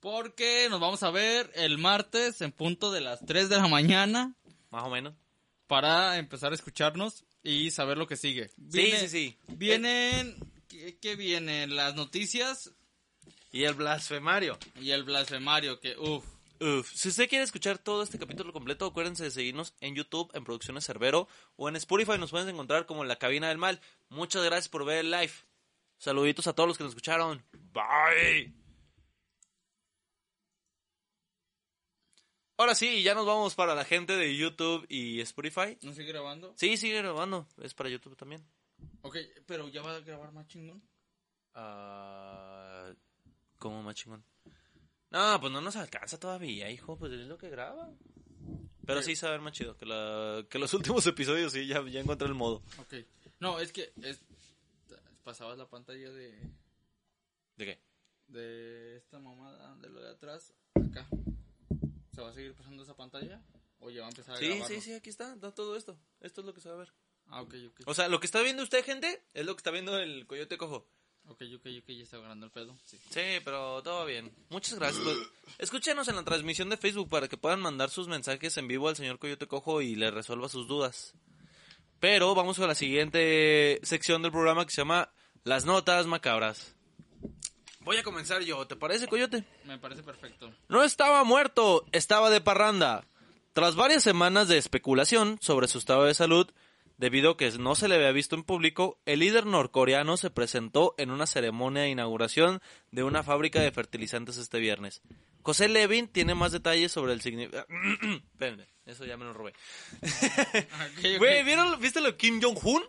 Speaker 3: Porque nos vamos a ver el martes en punto de las 3 de la mañana
Speaker 2: Más o menos.
Speaker 3: para empezar a escucharnos y saber lo que sigue. Viene-
Speaker 2: sí, sí, sí.
Speaker 3: Vienen, ¿qué, qué vienen? Las noticias
Speaker 2: Y el blasfemario.
Speaker 3: y el blasfemario, que uff.
Speaker 2: Uf. Si usted quiere escuchar todo este capítulo completo, acuérdense de seguirnos en YouTube, en Producciones Cerbero o en Spotify. Nos pueden encontrar como en la cabina del mal. Muchas gracias por ver el live. Saluditos a todos los que nos escucharon. Bye. Ahora sí, ya nos vamos para la gente de YouTube y Spotify.
Speaker 3: ¿No sigue grabando?
Speaker 2: Sí, sigue grabando. Es para YouTube también.
Speaker 3: Ok, pero ya va a grabar más chingón.
Speaker 2: Ah, ¿Cómo más chingón? No, pues no nos alcanza todavía, hijo, pues es lo que graba. Pero sí saber más chido que, la- que los últimos episodios, sí, ya, ya encontré el modo.
Speaker 3: Ok. No, es que es- pasabas la pantalla de,
Speaker 2: ¿De qué?
Speaker 3: de esta mamada, de lo de atrás, acá. ¿Se va a seguir pasando esa pantalla? ¿O ya va a empezar a
Speaker 2: Sí,
Speaker 3: grabarlo?
Speaker 2: sí, sí, aquí está, está todo esto. Esto es lo que se va a ver.
Speaker 3: Ah, ok, ok.
Speaker 2: O sea, lo que está viendo usted, gente, es lo que está viendo el coyote cojo.
Speaker 3: Ok, ok, ok, ya está agarrando el pedo. Sí.
Speaker 2: Sí, pero todo bien. Muchas gracias. pues. Escúchenos en la transmisión de Facebook para que puedan mandar sus mensajes en vivo al señor Coyote Cojo y le resuelva sus dudas. Pero vamos con la siguiente sección del programa que se llama Las Notas Macabras. Voy a comenzar yo, ¿te parece, Coyote?
Speaker 3: Me parece perfecto.
Speaker 2: No estaba muerto, estaba de parranda. Tras varias semanas de especulación sobre su estado de salud, debido a que no se le había visto en público, el líder norcoreano se presentó en una ceremonia de inauguración de una fábrica de fertilizantes este viernes. José Levin tiene más detalles sobre el significado. Espérenme, eso ya me lo robé.
Speaker 3: Ok, ok.
Speaker 2: Güey, ¿vieron, ¿viste lo de Kim Jong-un?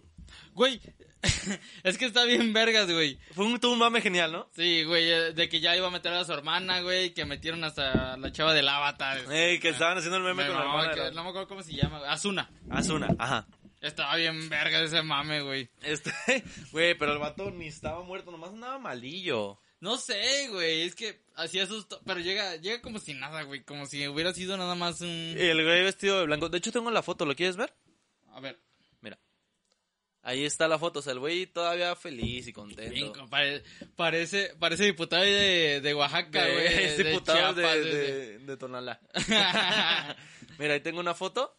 Speaker 3: Güey, es que está bien vergas, güey.
Speaker 2: Fue un, tuvo un mame genial, ¿no?
Speaker 3: Sí, güey, eh, de que ya iba a meter a su hermana, güey, que metieron hasta la chava del avatar.
Speaker 2: Ey, que estaban haciendo el meme
Speaker 3: Me
Speaker 2: con la
Speaker 3: mamaba
Speaker 2: hermana
Speaker 3: que-
Speaker 2: de
Speaker 3: no
Speaker 2: la-
Speaker 3: me acuerdo cómo se llama, güey. Asuna.
Speaker 2: Asuna, ajá.
Speaker 3: Estaba bien verga ese mame, güey.
Speaker 2: Este, güey, pero el vato ni estaba muerto, nomás andaba malillo.
Speaker 3: No sé, güey, es que hacía sus... to- Pero llega llega como si nada, güey, como si hubiera sido nada más un...
Speaker 2: El güey vestido de blanco. De hecho, tengo la foto, ¿lo quieres ver?
Speaker 3: A ver,
Speaker 2: Mira. Ahí está la foto, o sea, el güey todavía feliz y
Speaker 3: bien,
Speaker 2: contento.
Speaker 3: pare- parece, parece diputado de, de Oaxaca, güey,
Speaker 2: De- es
Speaker 3: de
Speaker 2: diputado de,
Speaker 3: Chiapas,
Speaker 2: de,
Speaker 3: de-
Speaker 2: de Tonalá. Mira, ahí tengo una foto.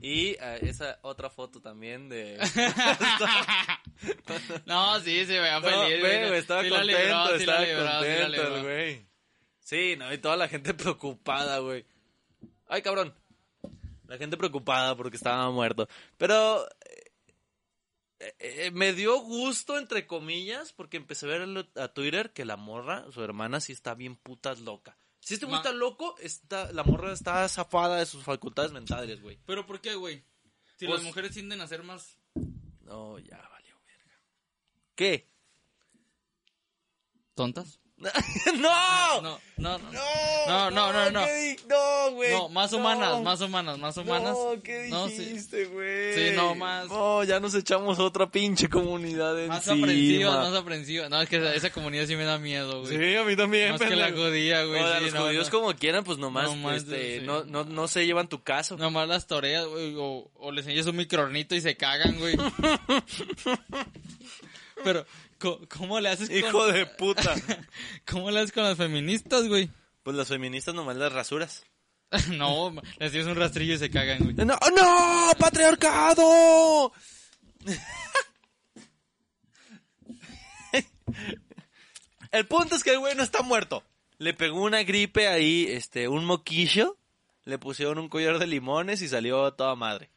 Speaker 2: Y eh, esa otra foto también de...
Speaker 3: No, sí, se veía
Speaker 2: No,
Speaker 3: feliz,
Speaker 2: güey, güey, estaba
Speaker 3: Sí la
Speaker 2: contento,
Speaker 3: libró, sí la
Speaker 2: estaba
Speaker 3: libró, sí la
Speaker 2: contento
Speaker 3: libró.
Speaker 2: el güey. Sí, no, y toda la gente preocupada, güey. Ay, cabrón. La gente preocupada porque estaba muerto. Pero eh, eh, me dio gusto, entre comillas, porque empecé a ver el- a Twitter que la morra, su hermana, sí está bien putas loca. Si este güey
Speaker 3: Ma-
Speaker 2: está loco, está, la morra está zafada de sus facultades mentales, güey.
Speaker 3: ¿Pero por qué, güey? Si
Speaker 2: Pues-
Speaker 3: las mujeres tienden a ser más...
Speaker 2: No, ya valió verga. ¿Qué?
Speaker 3: ¿Tontas?
Speaker 2: ¡No!
Speaker 3: No, no, no.
Speaker 2: No,
Speaker 3: No, no, no, no.
Speaker 2: ¿qué di- No, güey.
Speaker 3: No, más
Speaker 2: no.
Speaker 3: humanas, más humanas, más humanas.
Speaker 2: No, ¿qué
Speaker 3: No, sí.
Speaker 2: dijiste, güey?
Speaker 3: Sí, no, más.
Speaker 2: No, ya nos echamos otra pinche comunidad encima.
Speaker 3: Más aprensivas, más aprensivas. No, es que esa, esa comunidad sí me da miedo, güey.
Speaker 2: Sí, a mí también,
Speaker 3: Más que la
Speaker 2: pendejo.
Speaker 3: judía, güey.
Speaker 2: No, a
Speaker 3: sí,
Speaker 2: los
Speaker 3: no,
Speaker 2: judíos
Speaker 3: no.
Speaker 2: como quieran, pues nomás,
Speaker 3: Nomás,
Speaker 2: este,
Speaker 3: sí.
Speaker 2: no, no, no se llevan tu caso.
Speaker 3: Nomás las toreas, güey, o, o les enseñas un micronito y se cagan, güey. Pero, co- ¿cómo le haces
Speaker 2: Hijo
Speaker 3: con,
Speaker 2: de puta.
Speaker 3: ¿cómo le haces con las feministas, güey?
Speaker 2: pues las feministas nomás las rasuras.
Speaker 3: no, ma- les tienes un rastrillo y se cagan, güey.
Speaker 2: ¡No, no! ¡Patriarcado! El punto es que el güey no está muerto. le pegó una gripe ahí, este, un moquillo, le pusieron un collar de limones y salió a toda madre.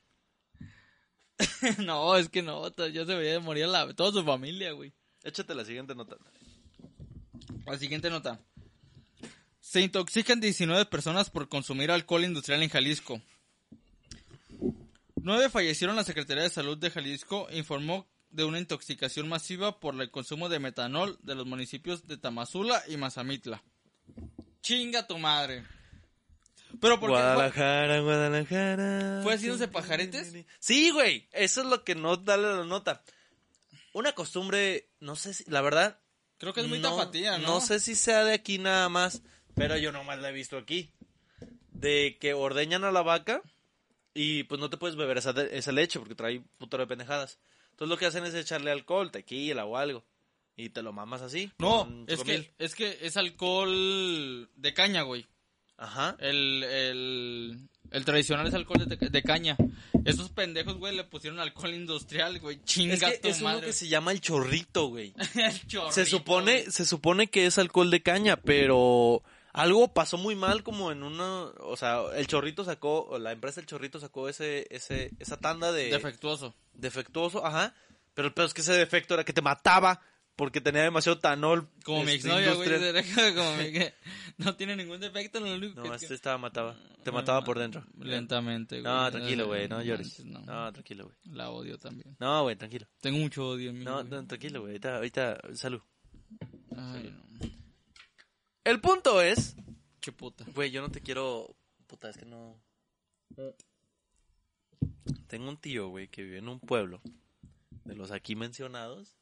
Speaker 3: no, es que no, to- ya se veía morir la, toda su familia, güey.
Speaker 2: Échate la siguiente nota.
Speaker 3: La siguiente nota. Se intoxican 19 personas por consumir alcohol industrial en Jalisco. Nueve fallecieron. La Secretaría de Salud de Jalisco informó de una intoxicación masiva por el consumo de metanol de los municipios de Tamazula y Mazamitla. Chinga tu madre. Pero porque
Speaker 2: Guadalajara, Guadalajara.
Speaker 3: ¿Fue haciéndose pajaretes?
Speaker 2: Sí, güey. Eso es lo que no dale la nota. Una costumbre, no sé si, la verdad.
Speaker 3: creo que es muy tapatía, ¿no?
Speaker 2: No sé si sea de aquí nada más, pero yo nomás la he visto aquí. De que ordeñan a la vaca y pues no te puedes beber esa, de- esa leche porque trae putero de pendejadas. Entonces lo que hacen es echarle alcohol, tequila o algo. Y te lo mamas así.
Speaker 3: No,
Speaker 2: con
Speaker 3: es
Speaker 2: chocomil.
Speaker 3: que, es que es alcohol de caña, güey.
Speaker 2: Ajá.
Speaker 3: El, el, el tradicional es alcohol de, de caña. Esos pendejos, güey, le pusieron alcohol industrial, güey. Chinga
Speaker 2: Es que
Speaker 3: tu
Speaker 2: es uno
Speaker 3: madre.
Speaker 2: que se llama el chorrito, güey.
Speaker 3: El chorrito,
Speaker 2: se supone,
Speaker 3: güey.
Speaker 2: se supone que es alcohol de caña, pero algo pasó muy mal como en una, o sea, el chorrito sacó, o la empresa el chorrito sacó ese, ese, esa tanda de
Speaker 3: Defectuoso.
Speaker 2: defectuoso, ajá, pero el pedo es que ese defecto era que te mataba porque tenía demasiado tanol.
Speaker 3: Como mi
Speaker 2: este,
Speaker 3: exnovia, güey.
Speaker 2: industrial.
Speaker 3: de derecho, Como mi que no tiene ningún defecto. Lo único
Speaker 2: No,
Speaker 3: es que-
Speaker 2: este estaba mataba, te
Speaker 3: Ay,
Speaker 2: mataba
Speaker 3: ma-
Speaker 2: por dentro.
Speaker 3: Lentamente, güey.
Speaker 2: No, tranquilo, güey, no llores.
Speaker 3: manches,
Speaker 2: No,
Speaker 3: no.
Speaker 2: tranquilo, güey.
Speaker 3: La odio también.
Speaker 2: No, güey, tranquilo.
Speaker 3: Tengo mucho odio en mí.
Speaker 2: No,
Speaker 3: güey.
Speaker 2: no, tranquilo, güey. Ahorita, ahorita, salud.
Speaker 3: Ay, no.
Speaker 2: El punto es,
Speaker 3: Qué puta.
Speaker 2: güey, yo no te quiero, puta, es que no. Tengo un tío, güey, que vive en un pueblo de los aquí mencionados.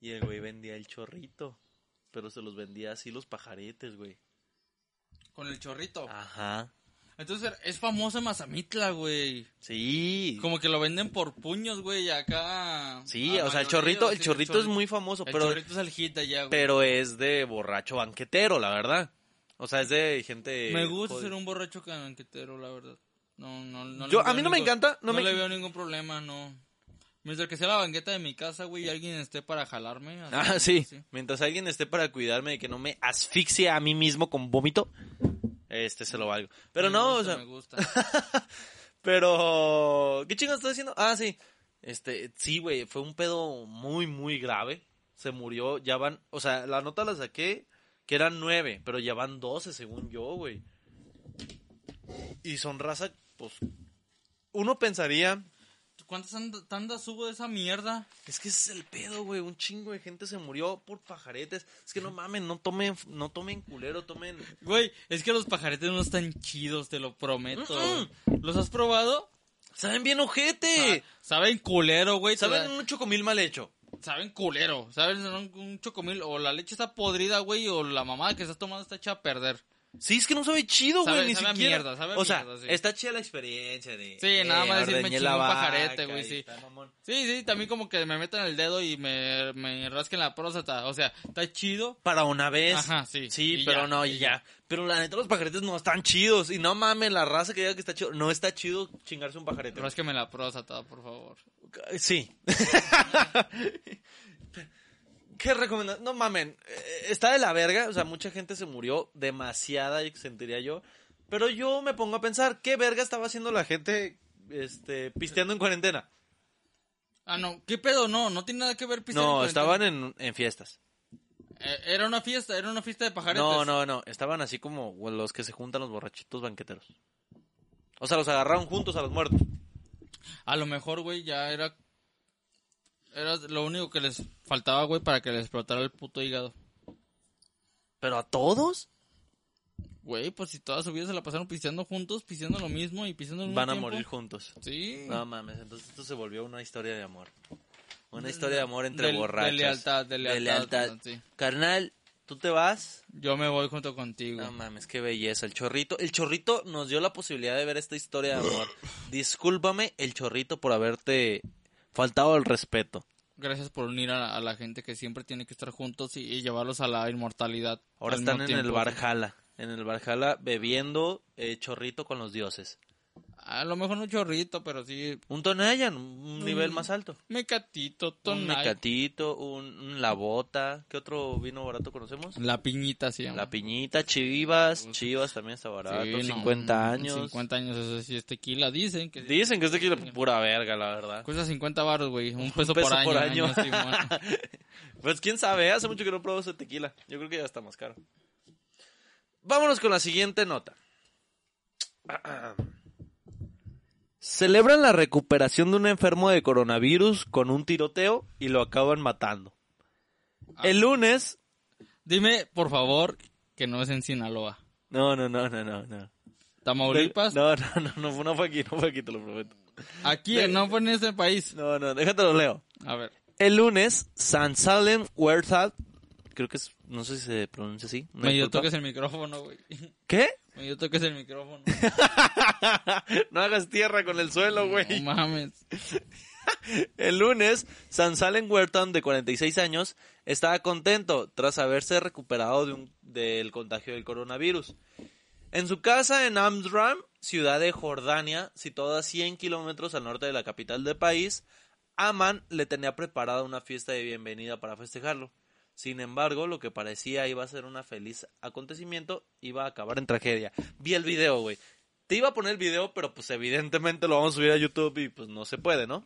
Speaker 2: Y el güey vendía el chorrito. Pero se los vendía así los pajaretes, güey.
Speaker 3: Con el chorrito.
Speaker 2: Ah. Ajá.
Speaker 3: Entonces, es famosa Mazamitla, güey.
Speaker 2: Sí.
Speaker 3: Como que lo venden por puños, güey, acá.
Speaker 2: Sí,
Speaker 3: a
Speaker 2: o sea,
Speaker 3: mayoría,
Speaker 2: el chorrito,
Speaker 3: Ah, sí,
Speaker 2: el chorrito es muy famoso,
Speaker 3: El
Speaker 2: pero,
Speaker 3: chorrito es el hit allá, güey.
Speaker 2: pero es de borracho banquetero, la verdad. O sea, es de gente.
Speaker 3: me gusta
Speaker 2: jodida.
Speaker 3: ser un borracho canquetero, la verdad. No, no, no. le
Speaker 2: Yo- a
Speaker 3: veo
Speaker 2: mí no me encanta, no me-
Speaker 3: le veo ningún problema, no. Mientras que sea la banqueta de mi casa, güey, y alguien esté para jalarme. así,
Speaker 2: Ah, sí.
Speaker 3: así.
Speaker 2: Mientras alguien esté para cuidarme de que no me asfixie a mí mismo con vómito, este se lo valgo. Pero
Speaker 3: Me
Speaker 2: no,
Speaker 3: gusta,
Speaker 2: o sea,
Speaker 3: Me gusta.
Speaker 2: pero ¿qué chingados estás diciendo? Ah, sí. Este, sí, güey, fue un pedo muy muy grave. Se murió, ya van, o sea, la nota la saqué que eran nueve, pero ya van doce según yo, güey. Y son raza, pues uno pensaría
Speaker 3: ¿Cuántas and- tandas hubo de esa mierda?
Speaker 2: es que ese es el pedo, güey. Un chingo de gente se murió por pajaretes. Es que no mamen, no tomen, no tomen culero, tomen.
Speaker 3: Güey, es que los pajaretes no están chidos, te lo prometo.
Speaker 2: Mm,
Speaker 3: ¿Los has probado?
Speaker 2: Saben bien ojete.
Speaker 3: Sa- Saben culero, güey. te
Speaker 2: Saben
Speaker 3: la-
Speaker 2: un chocomil mal hecho.
Speaker 3: saben culero, saben un, un chocomil, o la leche está podrida, güey, o la mamada que estás tomando está hecha a perder.
Speaker 2: Sí, es que no sabe chido,
Speaker 3: Sabe-
Speaker 2: güey, ni
Speaker 3: sabe a
Speaker 2: siquiera.
Speaker 3: mierda, sabe a
Speaker 2: o sea,
Speaker 3: mierda, sí.
Speaker 2: está chida la experiencia de.
Speaker 3: Sí, nada más decirme
Speaker 2: ordeñé
Speaker 3: chingo
Speaker 2: la
Speaker 3: un pajarete,
Speaker 2: vaca
Speaker 3: güey,
Speaker 2: y
Speaker 3: sí.
Speaker 2: está mamón.
Speaker 3: Sí, sí, también como que me metan el dedo y me, me rasquen la próstata, o sea, está chido.
Speaker 2: Para una vez.
Speaker 3: Ajá, sí,
Speaker 2: Sí,
Speaker 3: y
Speaker 2: pero
Speaker 3: ya,
Speaker 2: no,
Speaker 3: y
Speaker 2: y ya. Pero la neta, los pajaretes no están chidos. Y no mamen, la raza que diga que está chido. No está chido chingarse un pajarete. güey.
Speaker 3: Rásqueme la próstata, por favor.
Speaker 2: Sí. ¿Qué recomendación? No mamen, eh, está de la verga, o sea, mucha gente se murió demasiada, y sentiría yo. Pero yo me pongo a pensar, ¿qué verga estaba haciendo la gente este, pisteando en cuarentena?
Speaker 3: Ah, no, ¿qué pedo? No, no tiene nada que ver pistear
Speaker 2: No,
Speaker 3: en
Speaker 2: estaban
Speaker 3: cuarentena.
Speaker 2: en, en fiestas.
Speaker 3: Eh, era una fiesta, era una fiesta de pajaretes.
Speaker 2: No, no, no, estaban así como los que se juntan los borrachitos banqueteros. O sea, los agarraron juntos a los muertos.
Speaker 3: A lo mejor, güey, ya era... Era lo único que les faltaba, güey, para que les explotara el puto hígado.
Speaker 2: ¿Pero a todos?
Speaker 3: Güey, pues si toda su vida se la pasaron pisteando juntos, pisteando lo mismo y pisteando al mismo
Speaker 2: Van a
Speaker 3: tiempo.
Speaker 2: morir juntos.
Speaker 3: Sí.
Speaker 2: No mames, entonces esto se volvió una historia de amor. Una historia de amor entre
Speaker 3: Del-
Speaker 2: borrachos.
Speaker 3: De lealtad, de lealtad. sí.
Speaker 2: Carnal, tú te vas.
Speaker 3: Yo me voy junto contigo.
Speaker 2: No mames, qué belleza. El chorrito, el chorrito nos dio la posibilidad de ver esta historia de amor. Discúlpame, el chorrito, por haberte faltado el respeto.
Speaker 3: Gracias por unir a la, a la gente que siempre tiene que estar juntos y, y llevarlos a la inmortalidad.
Speaker 2: Ahora
Speaker 3: al
Speaker 2: están
Speaker 3: mismo
Speaker 2: en el
Speaker 3: tiempo.
Speaker 2: Barjala. En el Barjala bebiendo eh, chorrito con los dioses.
Speaker 3: A lo mejor un chorrito, pero sí.
Speaker 2: Un Tonayan, un
Speaker 3: Mm.
Speaker 2: nivel más alto.
Speaker 3: Mecatito,
Speaker 2: Un
Speaker 3: tonal.
Speaker 2: Mecatito, un, un La Bota. ¿Qué otro vino barato conocemos?
Speaker 3: La piñita se llama.
Speaker 2: La Piñita, Chivas. Chivas también está barato.
Speaker 3: Sí, no,
Speaker 2: 50 años.
Speaker 3: 50 años, eso sí es tequila. Dicen que sí.
Speaker 2: Dicen que este aquí es pura verga, la verdad.
Speaker 3: Cuesta 50 baros, güey. Un peso,
Speaker 2: peso
Speaker 3: por año.
Speaker 2: por año.
Speaker 3: año, Simón.
Speaker 2: Pues quién sabe, hace mucho que no pruebo ese tequila. Yo creo que ya está más caro. Vámonos con la siguiente nota. Celebran la recuperación de un enfermo de coronavirus con un tiroteo y lo acaban matando.
Speaker 3: Ah.
Speaker 2: El lunes.
Speaker 3: Dime, por favor, que no es en Sinaloa.
Speaker 2: No, no, no, no, no, no.
Speaker 3: Tamaulipas.
Speaker 2: No, no, no, no, no fue aquí, no fue aquí, te lo prometo.
Speaker 3: Aquí,
Speaker 2: De-
Speaker 3: no fue en este país.
Speaker 2: No, no, déjate lo leo.
Speaker 3: A ver.
Speaker 2: El lunes, San Salem Werthad, creo que es, no sé si se pronuncia así. una
Speaker 3: Medio
Speaker 2: disculpa.
Speaker 3: toques el micrófono, güey.
Speaker 2: ¿Qué?
Speaker 3: Medio toques el micrófono.
Speaker 2: no hagas tierra con el suelo,
Speaker 3: No
Speaker 2: güey.
Speaker 3: mames.
Speaker 2: El lunes, San Salem Wertham, de 46 años, estaba contento tras haberse recuperado de un- del contagio del coronavirus. En su casa en Amsterdam, ciudad de Jordania, situada a 100 kilómetros al norte de la capital del país, Aman le tenía preparada una fiesta de bienvenida para festejarlo. Sin embargo, lo que parecía iba a ser un feliz acontecimiento iba a acabar en tragedia. Vi el video, güey. Te iba a poner el video, pero pues evidentemente lo vamos a subir a YouTube y pues no se puede, ¿no?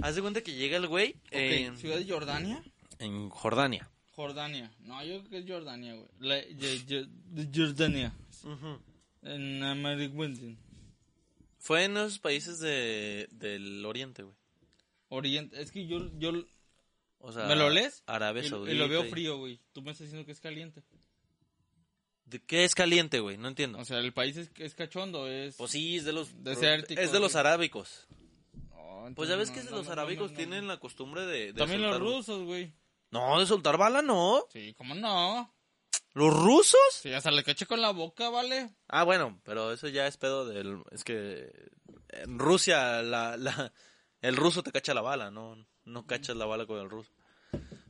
Speaker 2: Haz de cuenta que llega el güey en,
Speaker 3: Ok, ¿Ciudad de Jordania?
Speaker 2: en Jordania.
Speaker 3: Jordania. No, yo creo que es Jordania, güey. La- Ye- Ye- de Jordania. En América Latina.
Speaker 2: Fue en los países de, del oriente, güey.
Speaker 3: Oriente. Es que yo, yo
Speaker 2: O sea,
Speaker 3: ¿Me lo lees?
Speaker 2: Arabia
Speaker 3: y-
Speaker 2: Saudita.
Speaker 3: y lo veo
Speaker 2: y-
Speaker 3: frío, güey. Tú me estás diciendo que es caliente.
Speaker 2: ¿De ¿Qué es caliente, güey? No entiendo.
Speaker 3: O sea, el país es, es cachondo, es...
Speaker 2: Pues sí, es de los
Speaker 3: Desértico,
Speaker 2: es de los
Speaker 3: güey.
Speaker 2: arábicos.
Speaker 3: No,
Speaker 2: Pues
Speaker 3: entonces
Speaker 2: ya ves
Speaker 3: no,
Speaker 2: que es de
Speaker 3: no,
Speaker 2: los
Speaker 3: no, no,
Speaker 2: arábicos
Speaker 3: no, no.
Speaker 2: tienen la costumbre de, de
Speaker 3: También los
Speaker 2: soltar-
Speaker 3: rusos, güey.
Speaker 2: No, de soltar bala no.
Speaker 3: Sí, ¿cómo no?
Speaker 2: ¿Los rusos?
Speaker 3: Sí, hasta le caché con la boca, ¿vale?
Speaker 2: Ah, bueno, pero eso ya es pedo del es que en Rusia la, la el ruso te cacha la bala, no no cachas la bala con el ruso.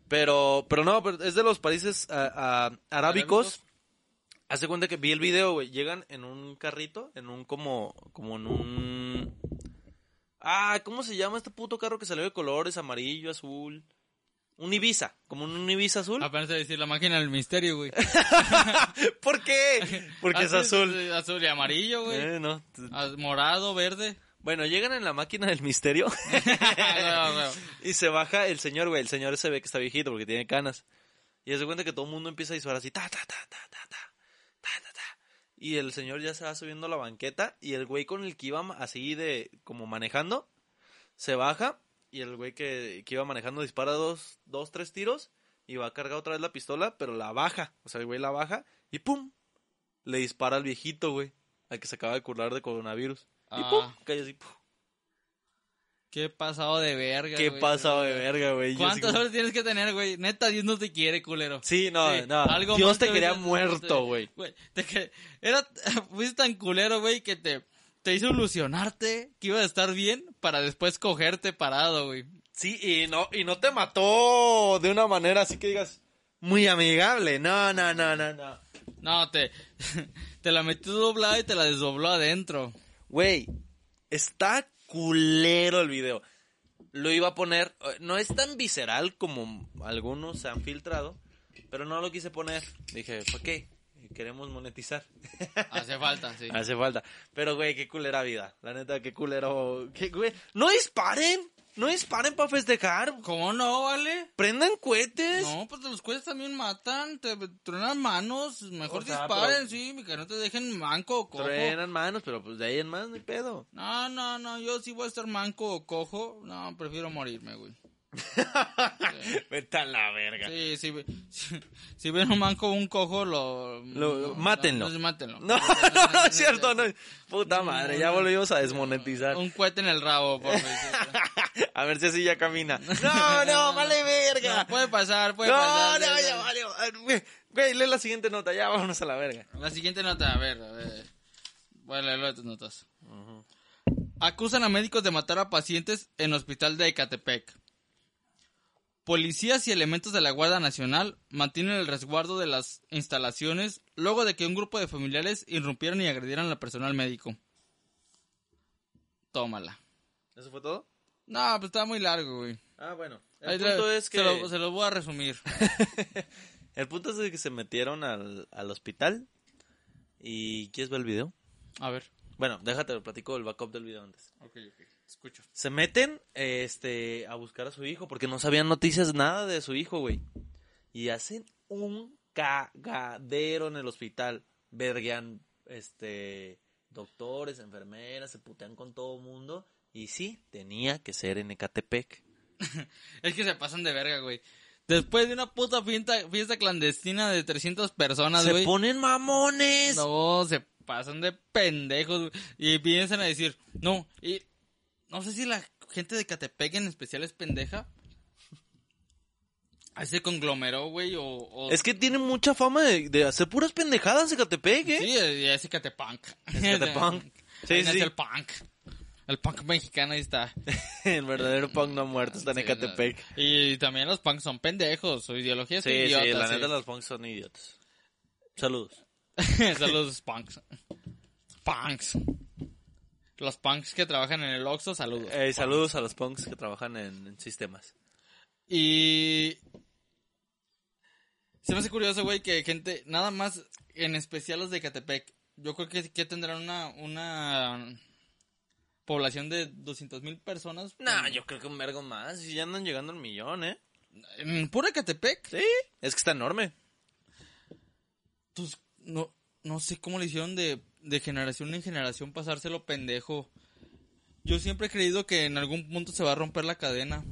Speaker 2: Pero pero no, pero es de los países ah, ah, arábicos.
Speaker 3: ¿Arábicos?
Speaker 2: Hace cuenta que vi el video, güey. Llegan en un carrito, en un como como en un Ah, ¿cómo se llama este puto carro que salió de colores amarillo, azul? Un Ibiza, como un Ibiza azul.
Speaker 3: Apenas de decir la máquina del misterio, güey.
Speaker 2: ¿Por qué? Porque es
Speaker 3: Así
Speaker 2: azul.
Speaker 3: eh, Azul y amarillo, güey.
Speaker 2: Eh, no, t-
Speaker 3: Ah, Morado, verde.
Speaker 2: Bueno, llegan en la máquina del misterio
Speaker 3: Ah, no, no.
Speaker 2: y se baja el señor, güey. El señor se ve que está viejito porque tiene canas. Y se cuenta que todo el mundo empieza a disparar así, ta, ta, ta, ta, ta, ta, ta, ta, ta. Y el señor ya se va subiendo a la banqueta y el güey con el que iba ma- así de, como manejando, se baja y el güey que, que iba manejando dispara dos, dos, tres tiros y va a cargar otra vez la pistola, pero la baja. O sea, el güey la baja y ¡pum! Le dispara al viejito, güey, al que se acaba de curar de coronavirus. Y
Speaker 3: Ah.
Speaker 2: ¡pum! Cae así, ¡pum!
Speaker 3: Qué pasado de verga,
Speaker 2: Qué
Speaker 3: güey.
Speaker 2: pasado de verga, güey. Yo así
Speaker 3: ¿Cuántas
Speaker 2: como-
Speaker 3: horas tienes que tener, güey? Neta, Dios no te quiere, culero.
Speaker 2: Sí, no,
Speaker 3: Sí,
Speaker 2: no.
Speaker 3: algo
Speaker 2: Dios
Speaker 3: más
Speaker 2: te
Speaker 3: que
Speaker 2: quería
Speaker 3: veces-
Speaker 2: muerto, güey.
Speaker 3: te que- Era, fuiste tan culero, güey, que te, te hizo ilusionarte que ibas a estar bien para después cogerte parado, güey.
Speaker 2: Sí, y no, y no te mató de una manera así que digas muy amigable. No, no, no, no, no.
Speaker 3: No, te, te la metió doblada y te la desdobló adentro.
Speaker 2: Güey, está culero el video. Lo iba a poner. eh, No es tan visceral como algunos se han filtrado, pero no lo quise poner. Dije, ¿para qué? Queremos monetizar.
Speaker 3: Hace falta, sí.
Speaker 2: Hace falta. Pero, güey, qué culera vida. La neta, qué culero. qué güey. ¡No disparen! ¡No disparen para festejar!
Speaker 3: ¿Cómo no, vale?
Speaker 2: ¡Prendan cohetes!
Speaker 3: No, pues los cuellos también matan, te truenan manos, mejor
Speaker 2: O sea,
Speaker 3: disparen,
Speaker 2: pero-
Speaker 3: sí, que no te dejen manco o cojo.
Speaker 2: Truenan manos, pero pues de ahí en más no hay pedo.
Speaker 3: No, no, no, yo sí voy a estar manco o cojo, no, prefiero morirme, güey.
Speaker 2: Vete a la verga.
Speaker 3: Sí, sí, ve- si, si ven un manco o un cojo, lo...
Speaker 2: Lo- lo- mátenlo.
Speaker 3: No, sí, mátenlo.
Speaker 2: No, no, no es cierto, no. Puta madre, ya volvimos a desmonetizar.
Speaker 3: Un cohete en el rabo, por favor.
Speaker 2: A ver si así ya camina. No, no, vale verga.
Speaker 3: No, pues, puede pasar, puede
Speaker 2: No,
Speaker 3: pasar.
Speaker 2: no, ya vale. Güey, Güey, lee la siguiente nota, ya vámonos a la verga.
Speaker 3: La siguiente nota, a ver, a ver. Voy a leerlo de tus notas. Acusan a médicos de matar a pacientes en hospital de Ecatepec. Policías y elementos de la Guardia Nacional mantienen el resguardo de las instalaciones luego de que un grupo de familiares irrumpieran y agredieran al personal médico. tómala.
Speaker 2: ¿Eso fue todo?
Speaker 3: No, pues está muy largo, güey.
Speaker 2: Ah, bueno. El
Speaker 3: Ahí le-
Speaker 2: punto es que...
Speaker 3: se, lo, se lo voy a resumir.
Speaker 2: El punto es de que se metieron al, al hospital y... ¿Quieres ver el video?
Speaker 3: A ver.
Speaker 2: Bueno, déjate, lo platico el backup del video antes.
Speaker 3: Ok, ok. Escucho.
Speaker 2: Se meten eh, este, a buscar a su hijo porque no sabían noticias nada de su hijo, güey. Y hacen un cagadero en el hospital. Verguean este, doctores, enfermeras, se putean con todo mundo. Y sí, tenía que ser en Ecatepec.
Speaker 3: Es que se pasan de verga, güey. Después de una puta fiesta, fiesta clandestina de 300 personas,
Speaker 2: ¡Se
Speaker 3: güey.
Speaker 2: ponen mamones!
Speaker 3: No, se pasan de pendejos güey. y piensan a decir, no, y no sé si la gente de Catepec en especial es pendeja. Ahí se conglomeró, güey, o, o-
Speaker 2: Es que tienen mucha fama de, de hacer puras pendejadas Ecatepec, ¿eh?
Speaker 3: Sí, eh, ese Catepunk.
Speaker 2: Es Ecatepunk. Sí,
Speaker 3: Ahí nace
Speaker 2: sí.
Speaker 3: el punk. El punk mexicano ahí está.
Speaker 2: El verdadero punk no muerto está en
Speaker 3: Sí,
Speaker 2: Ecatepec.
Speaker 3: no. Y también los punks son pendejos, su ideología es
Speaker 2: Sí,
Speaker 3: idiota.
Speaker 2: sí, la
Speaker 3: sí.
Speaker 2: neta los punks son idiotas. Saludos.
Speaker 3: Saludos, punks. Punks. Los punks que trabajan en el Oxxo, saludos.
Speaker 2: Eh, saludos a los punks que trabajan en, en sistemas.
Speaker 3: Y. Se me hace curioso, güey, que gente, nada más, en especial los de Catepec, yo creo que, que tendrán una, una población de 200 mil personas.
Speaker 2: Nah,
Speaker 3: En-
Speaker 2: yo creo que un vergo más. Y ya andan llegando al millón, ¿eh?
Speaker 3: ¿En pura Catepec?
Speaker 2: Sí. Es que está enorme.
Speaker 3: Tus- no, no sé cómo le hicieron de, de generación en generación pasárselo pendejo. Yo siempre he creído que en algún punto se va a romper la cadena.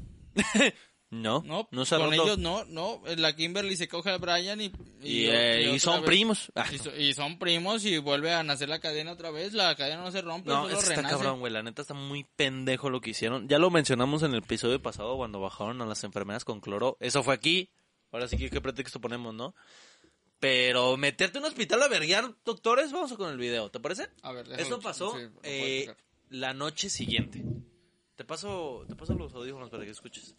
Speaker 2: No,
Speaker 3: No,
Speaker 2: no, se ha
Speaker 3: con
Speaker 2: roto.
Speaker 3: ellos no, no. La Kimberly se coge a Brian y...
Speaker 2: Y,
Speaker 3: y-
Speaker 2: eh,
Speaker 3: y
Speaker 2: y
Speaker 3: otra
Speaker 2: son
Speaker 3: vez-
Speaker 2: primos. Ah,
Speaker 3: Y, so- y son primos y vuelve a nacer la cadena otra vez. La cadena no se rompe,
Speaker 2: no,
Speaker 3: solo
Speaker 2: es que está
Speaker 3: renace.
Speaker 2: cabrón, güey. La neta está muy pendejo lo que hicieron. Ya lo mencionamos en el episodio pasado cuando bajaron a las enfermeras con cloro. Eso fue aquí. Ahora sí que qué pretexto ponemos, ¿no? Pero meterte en un hospital a verguear doctores, vamos con el video, ¿te parece?
Speaker 3: A ver, déjalo,
Speaker 2: Esto pasó
Speaker 3: sí, lo puedo
Speaker 2: eh,
Speaker 3: checar.
Speaker 2: la noche siguiente. Te paso, te paso los audífonos para que escuches.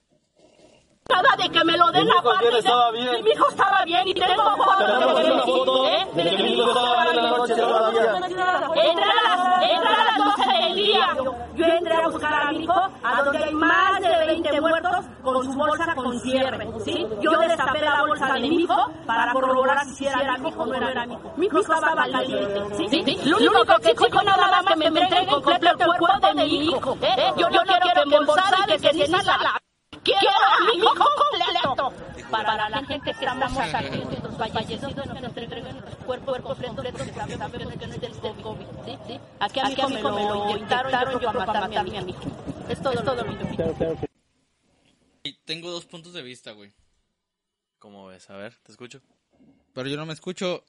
Speaker 5: nada de que me lo den aparte. de- Si mi hijo estaba bien y tengo fotos de que ¿eh? de que mi hijo estaba bien la noche Entré a las, entré a las 12 del día. Yo entré a buscar a mi hijo a donde hay más de 20 muertos con su bolsa con cierre, ¿sí? Yo destapé la bolsa de mi hijo para corroborar si era mi hijo o no era mi hijo. Mi hijo estaba caliente, ¿sí? Lo único que exijo nada más que me entreguen completo el cuerpo de mi hijo, ¿eh? Yo no quiero que embolsada y que se la... Quiero a mi hijo completo. Para la gente que estamos aquí, los fallecidos, nos entreguen los cuerpos completos que sabemos que es del COVID. ¿sí? ¿sí? Aquí a mi hijo me lo inyectaron yo para matarme a mi amigo. Es todo, todo lo que
Speaker 3: Y tengo dos puntos de vista, güey.
Speaker 2: ¿Cómo ves? A ver, te escucho.
Speaker 3: Pero yo no me escucho.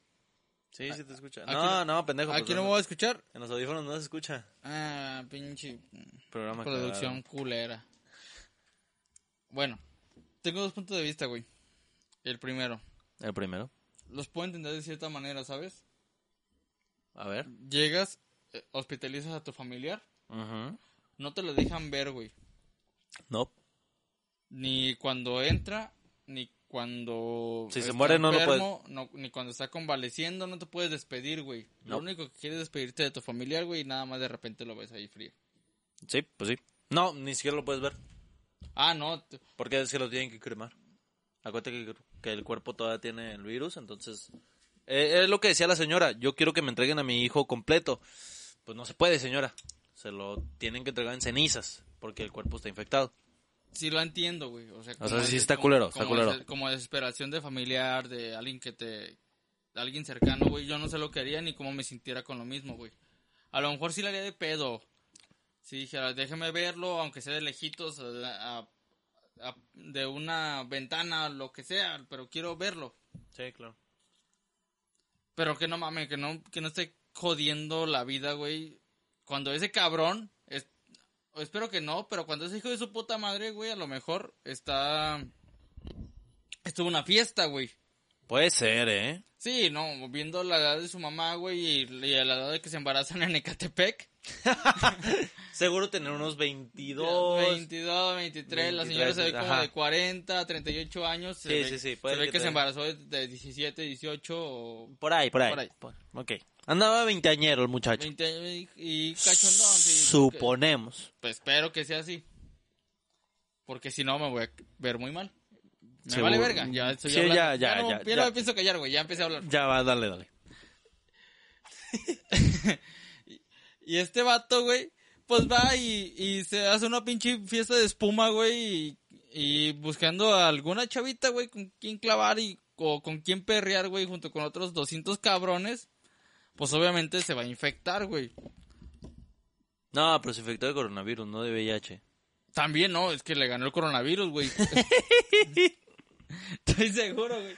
Speaker 2: Sí, sí te escucha.
Speaker 3: aquí
Speaker 2: No,
Speaker 3: no-
Speaker 2: no, pendejo.
Speaker 3: Aquí
Speaker 2: pues,
Speaker 3: no me
Speaker 2: no-
Speaker 3: voy a escuchar.
Speaker 2: En los audífonos no se escucha.
Speaker 3: Ah, pinche
Speaker 2: Programa
Speaker 3: producción culera. Bueno, tengo dos puntos de vista, güey. El primero,
Speaker 2: cagado. El primero.
Speaker 3: los puedo entender de cierta manera, ¿sabes?
Speaker 2: A ver.
Speaker 3: Llegas, eh, hospitalizas a tu familiar,
Speaker 2: Ujú.
Speaker 3: no te lo dejan ver, güey.
Speaker 2: No.
Speaker 3: Ni cuando entra, ni cuando...
Speaker 2: Si se
Speaker 3: está
Speaker 2: muere, no lo
Speaker 3: no- ni cuando está convaleciendo, no te puedes despedir, güey.
Speaker 2: No.
Speaker 3: Lo único que quieres es despedirte de tu familiar, güey, y nada más de repente lo ves ahí frío.
Speaker 2: Sí, pues sí. No, ni siquiera lo puedes ver.
Speaker 3: Ah, no, t-
Speaker 2: Porque es que lo tienen que cremar. Acuérdate que, que el cuerpo todavía tiene el virus, entonces... Eh, es lo que decía la señora. Yo quiero que me entreguen a mi hijo completo. Pues no se puede, señora. Se lo tienen que entregar en cenizas. Porque el cuerpo está infectado.
Speaker 3: sí lo entiendo, güey. O sea, como
Speaker 2: sí
Speaker 3: des-
Speaker 2: está
Speaker 3: como-
Speaker 2: culero, está
Speaker 3: como,
Speaker 2: culero.
Speaker 3: des- como desesperación de familiar, de alguien que te... de alguien cercano, güey. Yo no sé lo que haría ni cómo me sintiera con lo mismo, güey. A lo mejor sí le haría de pedo. Si dijera, déjeme verlo, aunque sea de lejitos, a- a- a- de una ventana, lo que sea, pero quiero verlo.
Speaker 2: Sí, claro.
Speaker 3: Pero que no mames, que no, que no esté jodiendo la vida, güey. Cuando ese cabrón, es- espero que no, pero cuando ese hijo de su puta madre, güey, a lo mejor está... Estuvo en una fiesta, güey.
Speaker 2: Puede ser, ¿eh?
Speaker 3: Sí, no, viendo la edad de su mamá, güey, y, y a la edad de que se embarazan en Ecatepec.
Speaker 2: Seguro tener unos 22.
Speaker 3: 22, 23, la señora se ve como
Speaker 2: ajá.
Speaker 3: de 40, 38 años. Se
Speaker 2: Sí,
Speaker 3: ve,
Speaker 2: sí, sí,
Speaker 3: Se
Speaker 2: puede
Speaker 3: ve
Speaker 2: que
Speaker 3: que, se
Speaker 2: te-
Speaker 3: embarazó de, de 17, 18 o
Speaker 2: Por ahí, por ahí.
Speaker 3: Por ahí.
Speaker 2: Por- ok. Andaba veinteañero el muchacho.
Speaker 3: 20 años y, y cachondón. sí, porque-
Speaker 2: Suponemos.
Speaker 3: pues espero que sea así. Porque si no, me voy a ver muy mal. Me
Speaker 2: Seguro.
Speaker 3: vale verga. Ya estoy
Speaker 2: Sí,
Speaker 3: hablando.
Speaker 2: ya, ya, ya,
Speaker 3: no- ya
Speaker 2: ya.
Speaker 3: no me pienso callar, güey. Ya empecé a hablar.
Speaker 2: Ya va, dale, dale.
Speaker 3: Y este vato, güey, pues va y, y se hace una pinche fiesta de espuma, güey, y, y buscando a alguna chavita, güey, con quien clavar y o con quien perrear, güey, junto con otros 200 cabrones, pues obviamente se va a infectar, güey.
Speaker 2: No, pero se infectó de coronavirus, no de VIH.
Speaker 3: También, no, es que le ganó el coronavirus, güey. Estoy seguro, güey.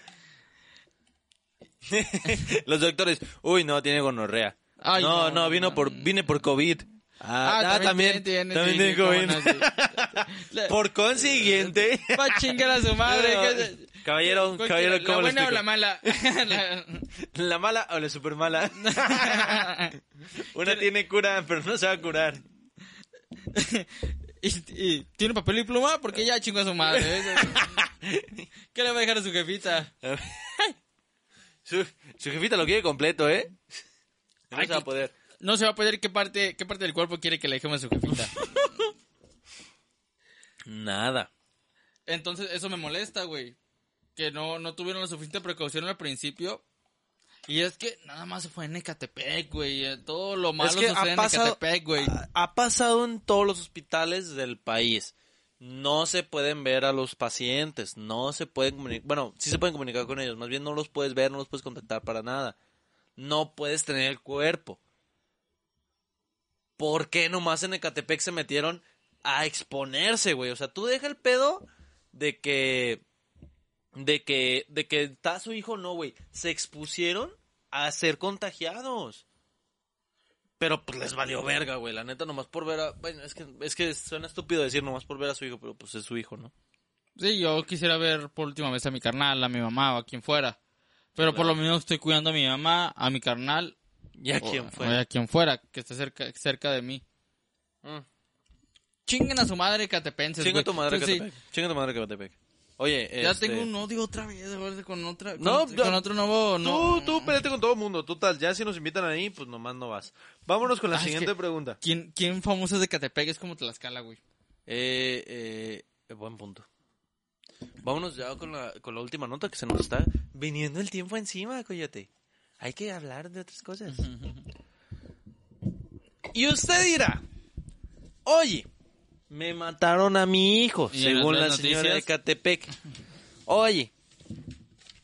Speaker 2: Los doctores, uy, no, tiene gonorrea.
Speaker 3: Ay,
Speaker 2: no,
Speaker 3: no,
Speaker 2: no, vino
Speaker 3: no.
Speaker 2: por, vine por COVID. Ah, ah, también, también,
Speaker 3: sí,
Speaker 2: tiene
Speaker 3: sí,
Speaker 2: COVID.
Speaker 3: cómo no, sí. Le-
Speaker 2: Por consiguiente.
Speaker 3: Va a chingar a su madre.
Speaker 2: No,
Speaker 3: que-
Speaker 2: caballero,
Speaker 3: Cualquiera,
Speaker 2: caballero,
Speaker 3: ¿La
Speaker 2: ¿cómo le
Speaker 3: buena o
Speaker 2: explico?
Speaker 3: la mala? La-
Speaker 2: ¿La mala o la super mala? Una tiene cura, pero no se va a curar.
Speaker 3: y, y tiene papel y pluma porque ya chingó a su madre. ¿eh? ¿Qué le va a dejar a su jefita?
Speaker 2: Su, su jefita lo quiere completo, ¿eh? No
Speaker 3: Ay,
Speaker 2: se va a
Speaker 3: qué-
Speaker 2: poder.
Speaker 3: No se va a poder qué parte, qué parte del cuerpo quiere que le dejemos a su jefita.
Speaker 2: Nada.
Speaker 3: Entonces, eso me molesta, güey. Que no, no tuvieron la suficiente precaución al principio. Y es que nada más se fue en Ecatepec, güey. eh, Todo lo malo
Speaker 2: es que
Speaker 3: sucede
Speaker 2: ha pasado,
Speaker 3: en Ecatepec, güey.
Speaker 2: ha- ha pasado en todos los hospitales del país. No se pueden ver a los pacientes, no se pueden comunicar, bueno, sí se pueden comunicar con ellos, más bien no los puedes ver, no los puedes contactar para nada. No puedes tener el cuerpo. ¿Por qué nomás en Ecatepec se metieron a exponerse, güey? O sea, tú deja el pedo de que de que de que está su hijo, no, güey, se expusieron a ser contagiados. Pero pues les valió verga, güey. La neta, nomás por ver a. Bueno, es que, es que suena estúpido decir nomás por ver a su hijo, pero pues es su hijo, ¿no?
Speaker 3: Sí, yo quisiera ver por última vez a mi carnal, a mi mamá o a quien fuera. Pero por lo menos estoy cuidando a mi mamá, a mi carnal.
Speaker 2: ¿Y a
Speaker 3: o-
Speaker 2: quién
Speaker 3: o
Speaker 2: fue?
Speaker 3: a quien fuera, que esté cerca, cerca de mí.
Speaker 2: Mm.
Speaker 3: Chinguen a su madre catepenses,
Speaker 2: Chinga
Speaker 3: güey.
Speaker 2: tu madre,
Speaker 3: Tú sí.
Speaker 2: Catepec. Chinga tu madre, Catepec. Oye,
Speaker 3: Ya
Speaker 2: este,
Speaker 3: tengo un odio otra vez, güey, con otra...
Speaker 2: No,
Speaker 3: con,
Speaker 2: ya-
Speaker 3: con otro nuevo...
Speaker 2: Tú,
Speaker 3: No,
Speaker 2: tú, peleate con todo el mundo. Total, ya si nos invitan ahí, pues nomás no vas. Vámonos con la
Speaker 3: Ah, es
Speaker 2: siguiente
Speaker 3: que-
Speaker 2: pregunta.
Speaker 3: ¿Quién, ¿Quién famoso es de Catepec? Es como Tlaxcala, güey.
Speaker 2: Eh, eh, eh, buen punto. Vámonos ya con la, con la última nota que se nos está viniendo el tiempo encima, coyote. Hay que hablar de otras cosas. y usted dirá, oye, me mataron a mi hijo,
Speaker 3: Y en
Speaker 2: según la
Speaker 3: las
Speaker 2: señora de
Speaker 3: noticias.
Speaker 2: Catepec. Oye,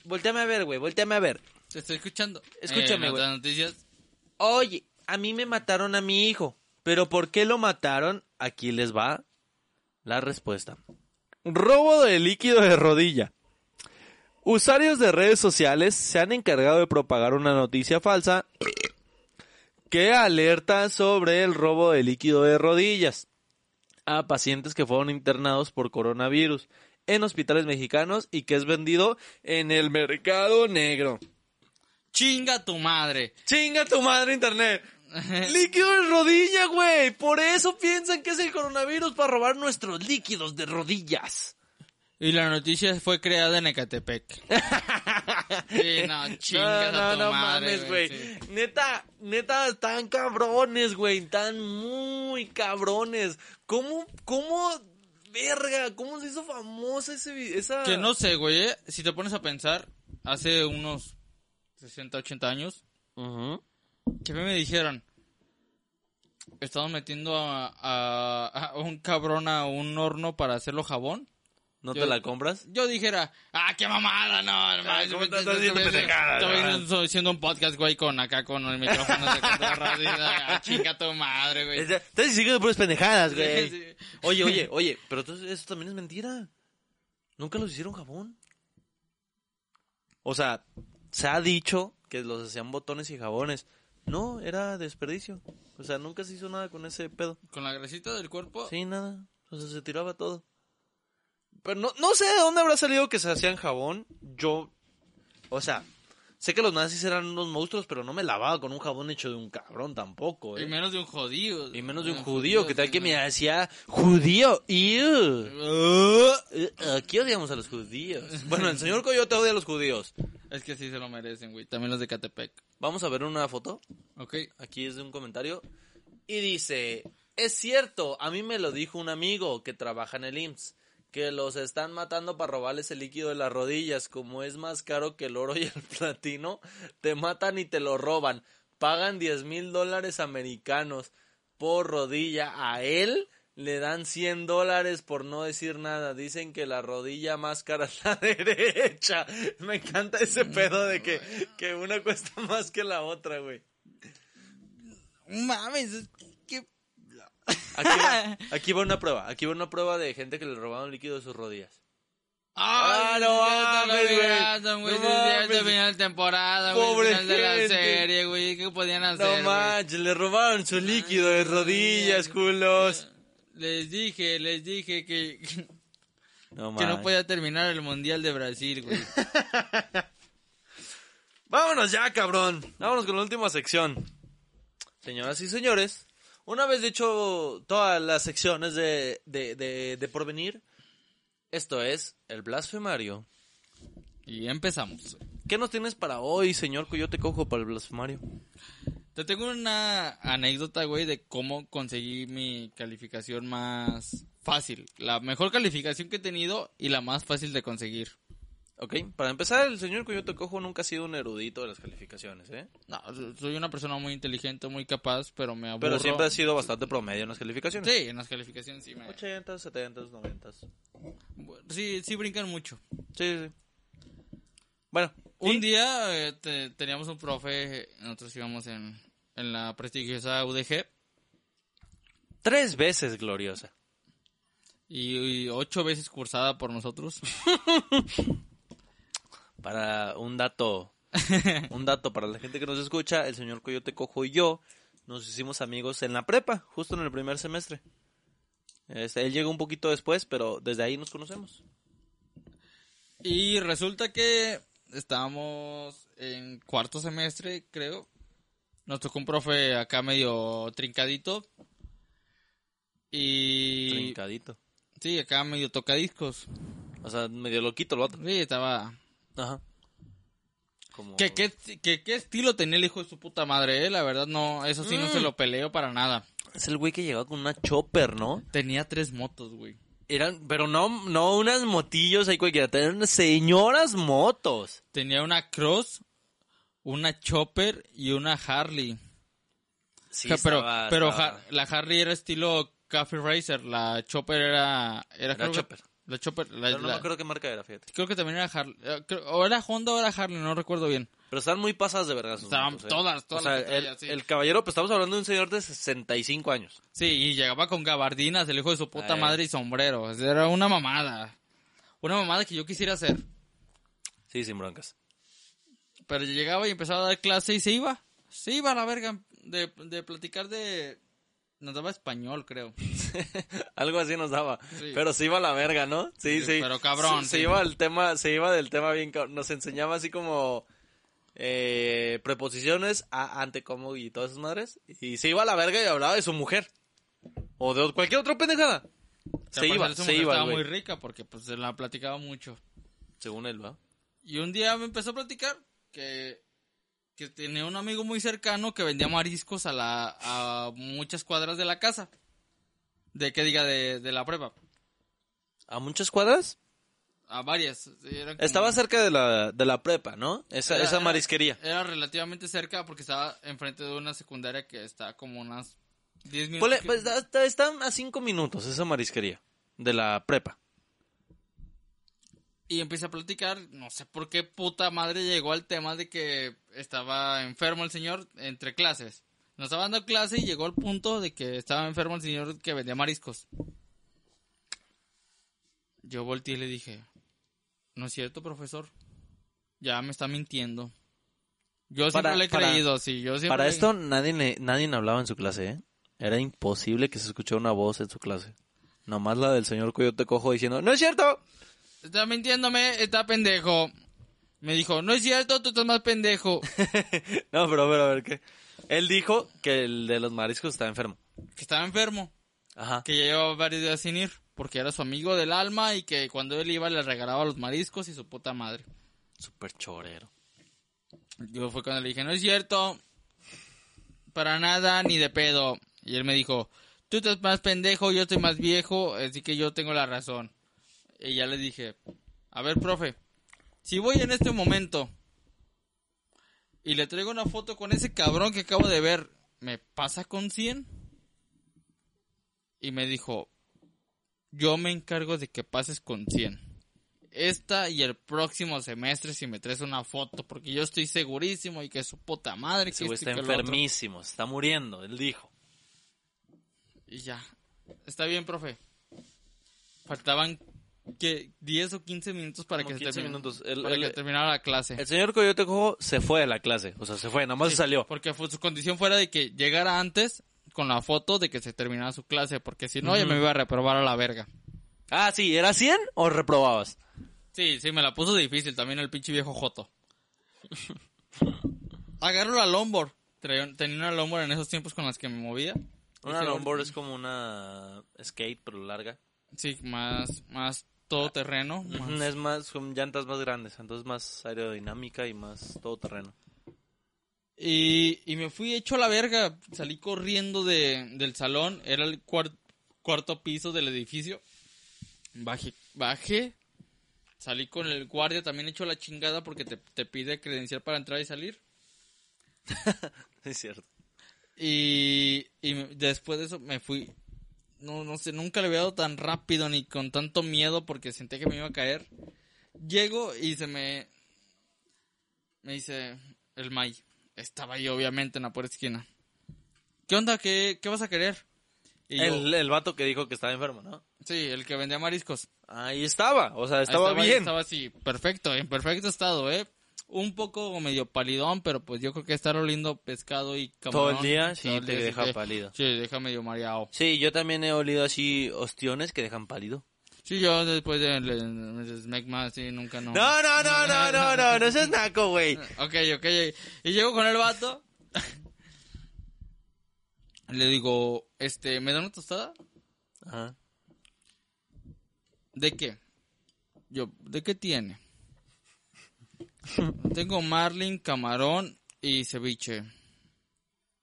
Speaker 2: volteame a ver, güey, volteame a ver.
Speaker 3: Te estoy escuchando.
Speaker 2: Escúchame,
Speaker 3: Eh,
Speaker 2: güey.
Speaker 3: Las noticias...
Speaker 2: Oye, a mí me mataron a mi hijo. ¿Pero por qué lo mataron? Aquí les va la respuesta. Robo de líquido de rodilla. Usuarios de redes sociales se han encargado de propagar una noticia falsa que alerta sobre el robo de líquido de rodillas a pacientes que fueron internados por coronavirus en hospitales mexicanos y que es vendido en el mercado negro.
Speaker 3: ¡Chinga tu madre!
Speaker 2: Chinga tu madre internet.
Speaker 3: Eh.
Speaker 2: Líquido de rodilla, güey. Por eso piensan que es el coronavirus para robar nuestros líquidos de rodillas.
Speaker 3: Y la noticia fue creada en Ecatepec. sí, no, chinga
Speaker 2: no, no,
Speaker 3: a tu
Speaker 2: no
Speaker 3: madre,
Speaker 2: mames, güey.
Speaker 3: sí.
Speaker 2: Neta, neta, están cabrones, güey. Están muy cabrones. ¿Cómo, cómo, verga? ¿Cómo se hizo famosa ese, vi- esa...
Speaker 3: Que no sé, güey, eh, si te pones a pensar, hace unos 60, 80 años,
Speaker 2: Ujú.
Speaker 3: que a mí me dijeron, estamos metiendo a, a- a un cabrón a un horno para hacerlo jabón.
Speaker 2: ¿No
Speaker 3: Yo-
Speaker 2: te la compras?
Speaker 3: Yo dijera, ah, qué mamada, no, no, mames,
Speaker 2: ¿cómo
Speaker 3: estoy-
Speaker 2: estás haciendo
Speaker 3: estoy-
Speaker 2: pendejadas,
Speaker 3: estoy-
Speaker 2: no?
Speaker 3: estoy haciendo un podcast, güey, con acá, con el micrófono de radio, y, ah, chinga tu madre, güey.
Speaker 2: Es de- Estás diciendo puras pendejadas, güey.
Speaker 3: Sí, sí.
Speaker 2: Oye, oye, oye, pero entonces eso también es mentira. Nunca los hicieron jabón. O sea, se ha dicho que los hacían botones y jabones. No, era desperdicio. O sea, nunca se hizo nada con ese pedo.
Speaker 3: Con la grasita del cuerpo.
Speaker 2: Sí, nada. O sea, se tiraba todo. Pero no, no sé de dónde habrá salido que se hacían jabón. Yo, o sea, Sé que los nazis eran unos monstruos, pero no me lavaba con un jabón hecho de un cabrón tampoco, ¿eh?
Speaker 3: Y menos de un jodido.
Speaker 2: Y menos de un judío, que tal que me hacía judío. Ew. Eh, Aquí odiamos a los judíos. Bueno, el señor Coyote odia a los judíos.
Speaker 3: Es que sí se lo merecen, güey. También los de Catepec.
Speaker 2: Vamos a ver una foto.
Speaker 3: Ok.
Speaker 2: Aquí es de un comentario. Y dice, es cierto, a mí me lo dijo un amigo que trabaja en el IMSS, que los están matando para robarles el líquido de las rodillas, como es más caro que el oro y el platino, te matan y te lo roban. Pagan 10 mil dólares americanos por rodilla a él. Le dan 100 dólares por no decir nada. Dicen que la rodilla más cara es la derecha. Me encanta ese pedo de que, que una cuesta más que la otra, güey.
Speaker 3: Mames, es que- que-
Speaker 2: Aquí va, aquí va una prueba. Aquí va una prueba de gente que le robaron líquido de sus rodillas. Ah, no mames,
Speaker 3: sí,
Speaker 2: güey.
Speaker 3: llegaron, güey.
Speaker 2: No
Speaker 3: sí, sí,
Speaker 2: mames.
Speaker 3: al final de temporada, güey.
Speaker 2: Pobre
Speaker 3: al final de la
Speaker 2: gente.
Speaker 3: serie, güey. ¿Qué podían hacer?
Speaker 2: No
Speaker 3: güey?
Speaker 2: manches, le robaron su líquido de rodillas, culos.
Speaker 3: Les dije, les dije que, que
Speaker 2: No
Speaker 3: no
Speaker 2: manches.
Speaker 3: podía terminar el Mundial de Brasil, güey.
Speaker 2: Vámonos ya, cabrón. Vámonos con la última sección. Señoras y señores, una vez dicho todas las secciones de, de, de, de porvenir, esto es el blasfemario.
Speaker 3: Y empezamos.
Speaker 2: ¿Qué nos tienes para hoy, señor Coyote Cojo, para el blasfemario?
Speaker 3: Te tengo una anécdota, güey, de cómo conseguí mi calificación más fácil. La mejor calificación que he tenido y la más fácil de conseguir.
Speaker 2: Ok, para empezar, el señor Coyote Cojo nunca ha sido un erudito de las calificaciones, ¿eh?
Speaker 3: No, soy una persona muy inteligente, muy capaz, pero me aburro.
Speaker 2: Pero siempre ha sido bastante promedio en las calificaciones.
Speaker 3: Sí, en las calificaciones sí me...
Speaker 2: 80, 70, 90. Sí,
Speaker 3: Sí, sí brincan mucho.
Speaker 2: sí. Bueno,
Speaker 3: Un día eh, te- teníamos un profe, nosotros íbamos en, en la prestigiosa UDG
Speaker 2: tres veces gloriosa.
Speaker 3: y, y ocho veces cursada por nosotros.
Speaker 2: Para un dato, un dato para la gente que nos escucha, el señor Coyote Cojo y yo nos hicimos amigos en la prepa, justo en el primer semestre. Este, él llegó un poquito después, pero desde ahí nos conocemos.
Speaker 3: Y resulta que estábamos en cuarto semestre, creo. Nos tocó un profe acá medio trincadito. Y...
Speaker 2: Trincadito.
Speaker 3: Sí, acá medio tocadiscos.
Speaker 2: O sea, medio loquito el vato.
Speaker 3: Sí, estaba...
Speaker 2: Ajá. Como...
Speaker 3: ¿Qué, qué, qué- qué estilo tenía el hijo de su puta madre, eh? La verdad, no, eso sí no
Speaker 2: Mm.
Speaker 3: se lo peleo para nada.
Speaker 2: Es el güey que llegaba con una chopper, ¿no?
Speaker 3: Tenía tres motos, güey.
Speaker 2: Eran, pero no, no unas motillos ahí cualquiera, eran señoras motos.
Speaker 3: Tenía una Cross, una Chopper y una Harley.
Speaker 2: Sí,
Speaker 3: Ja, pero
Speaker 2: estaba-
Speaker 3: pero
Speaker 2: estaba-
Speaker 3: Har- la Harley era estilo Cafe Racer, la Chopper era... Era, creo que-
Speaker 2: Chopper.
Speaker 3: La Chopper... la-
Speaker 2: pero no me
Speaker 3: la-
Speaker 2: acuerdo qué marca era, fíjate.
Speaker 3: Creo que también era Harley. eh, creo- O era Honda o era Harley, no recuerdo bien.
Speaker 2: Pero estaban muy pasadas de vergas. sus
Speaker 3: Estaban
Speaker 2: motos, ¿eh?
Speaker 3: todas, todas
Speaker 2: O sea,
Speaker 3: las que traía,
Speaker 2: el,
Speaker 3: sí.
Speaker 2: el caballero, pues estamos hablando de un señor de 65 años.
Speaker 3: Sí, y llegaba con gabardinas, el hijo de su puta
Speaker 2: Ay.
Speaker 3: madre y sombrero. O sea, Era una mamada. Una mamada que yo quisiera hacer.
Speaker 2: Sí, sin broncas.
Speaker 3: Pero llegaba y empezaba a dar clase y se iba. Se iba a la verga de, de platicar de... Nos daba español, creo.
Speaker 2: Algo así nos daba.
Speaker 3: Sí.
Speaker 2: Pero se iba a la verga, ¿no? Sí, sí.
Speaker 3: Sí, pero cabrón,
Speaker 2: Se, se
Speaker 3: sí.
Speaker 2: iba al tema, se iba del tema bien cabrón. Nos enseñaba así como eh, preposiciones a, ante, como y todas esas madres. Y se iba a la verga y hablaba de su mujer. O de cualquier otra pendejada.
Speaker 3: O sea,
Speaker 2: Se
Speaker 3: al
Speaker 2: iba,
Speaker 3: parecer su
Speaker 2: se
Speaker 3: mujer
Speaker 2: iba,
Speaker 3: Estaba
Speaker 2: güey.
Speaker 3: muy rica porque pues se la platicaba mucho.
Speaker 2: Según él, ¿va?
Speaker 3: Y un día me empezó a platicar que, que tenía un amigo muy cercano que vendía mariscos a, la, a muchas cuadras de la casa. De que diga, de, de la prepa.
Speaker 2: ¿A muchas cuadras?
Speaker 3: A varias. eran como-
Speaker 2: Estaba cerca de la, de la prepa, ¿no? Esa,
Speaker 3: Era-
Speaker 2: esa
Speaker 3: era-
Speaker 2: marisquería.
Speaker 3: Era, relativamente cerca porque estaba enfrente de una secundaria que está como unas 10 minutos.
Speaker 2: Ponle-
Speaker 3: que-
Speaker 2: pues, da- da- están a cinco minutos esa marisquería de la prepa.
Speaker 3: Y empieza a platicar, no sé por qué puta madre llegó al tema de que estaba enfermo el señor entre clases. Nos estaba dando clase y llegó al punto de que estaba enfermo el señor que vendía mariscos. Yo volteé y le dije, no es cierto, profesor, ya me está mintiendo.
Speaker 2: Para-
Speaker 3: Yo siempre le he
Speaker 2: para-
Speaker 3: creído, sí, yo siempre...
Speaker 2: Para esto nadie, le- nadie hablaba en su clase, ¿eh? Era imposible que se escuchara una voz en su clase. Nomás la del señor Coyote Cojo diciendo, ¡No es cierto!
Speaker 3: Está mintiéndome, está pendejo. Me dijo, no es cierto, tú estás más pendejo.
Speaker 2: No, pero, pero, a ver, ¿qué? Él dijo que el de los mariscos estaba enfermo.
Speaker 3: Que estaba enfermo,
Speaker 2: Ajá.
Speaker 3: que ya llevaba varios días sin ir, porque era su amigo del alma y que cuando él iba le regalaba los mariscos y su puta madre.
Speaker 2: Súper chorero.
Speaker 3: Yo fue cuando le dije, no es cierto, para nada, ni de pedo. Y él me dijo, tú estás más pendejo, yo estoy más viejo, así que yo tengo la razón. Y ya le dije, a ver, profe, si voy en este momento y le traigo una foto con ese cabrón que acabo de ver, ¿me pasa con 100? Y me dijo, yo me encargo de que pases con 100. Esta y el próximo semestre si me traes una foto, porque yo estoy segurísimo y que su puta madre que
Speaker 2: Ese güey
Speaker 3: esto
Speaker 2: está
Speaker 3: y que lo otro".
Speaker 2: enfermísimo, se está muriendo, él dijo.
Speaker 3: Y ya. Está bien, profe. Faltaban que 10 o 15 minutos para
Speaker 2: Como
Speaker 3: que, se
Speaker 2: 15
Speaker 3: termine-
Speaker 2: minutos. El-
Speaker 3: para
Speaker 2: el-
Speaker 3: que terminara la clase.
Speaker 2: El señor Coyote Cojo se fue de la clase, o sea, se fue, nada más se salió.
Speaker 3: Porque fue- su condición fuera de que llegara antes con la foto de que se terminara su clase, porque si no, ya
Speaker 2: Ujú.
Speaker 3: me iba a reprobar a la verga.
Speaker 2: Ah, sí, ¿era 100 o reprobabas?
Speaker 3: Sí, sí, me la puso difícil también el pinche viejo Joto. Agarro la Lombor. Traía- Tenía una Lombor en esos tiempos con las que me movía.
Speaker 2: Una
Speaker 3: Dije,
Speaker 2: longboard es como una skate, pero larga.
Speaker 3: Sí, más, más todoterreno. más-
Speaker 2: Ujú, Es más, con llantas más grandes, entonces más aerodinámica y más todoterreno.
Speaker 3: Y, y me fui hecho a la verga. Salí corriendo de, del salón. Era el cuar- cuarto piso del edificio. Bajé, bajé. Salí con el guardia también hecho la chingada porque te, te pide credencial para entrar y salir.
Speaker 2: Sí, es cierto.
Speaker 3: Y, y me- después de eso me fui. No, no sé, nunca le había dado tan rápido ni con tanto miedo porque sentía que me iba a caer. Llego y se me. Me dice el May. Estaba yo, obviamente, en la puerta esquina. ¿Qué onda? ¿Qué, qué vas a querer? Y yo,
Speaker 2: El, el vato que dijo que estaba enfermo, ¿no?
Speaker 3: sí, el que vendía mariscos.
Speaker 2: Ahí estaba, o sea,
Speaker 3: Ahí
Speaker 2: estaba,
Speaker 3: ahí
Speaker 2: bien.
Speaker 3: Estaba así, perfecto, en perfecto estado, ¿eh? Un poco medio palidón, pero pues yo creo que estar oliendo pescado y
Speaker 2: Todo
Speaker 3: camarón.
Speaker 2: el día, sí,
Speaker 3: todo el
Speaker 2: te
Speaker 3: día
Speaker 2: deja
Speaker 3: te-
Speaker 2: pálido.
Speaker 3: Sí, deja medio mareado.
Speaker 2: Sí, yo también he olido así ostiones que dejan pálido.
Speaker 3: Sí, yo después de de- de Smegma, sí, nunca no.
Speaker 2: No, no, no, no, no, no, no seas naco, güey.
Speaker 3: Ok, ok. Y llego con el vato. Le digo, este, ¿me dan una tostada?
Speaker 2: Ajá.
Speaker 3: ¿De qué? Yo, ¿de qué tiene? Tengo marlin, camarón y ceviche.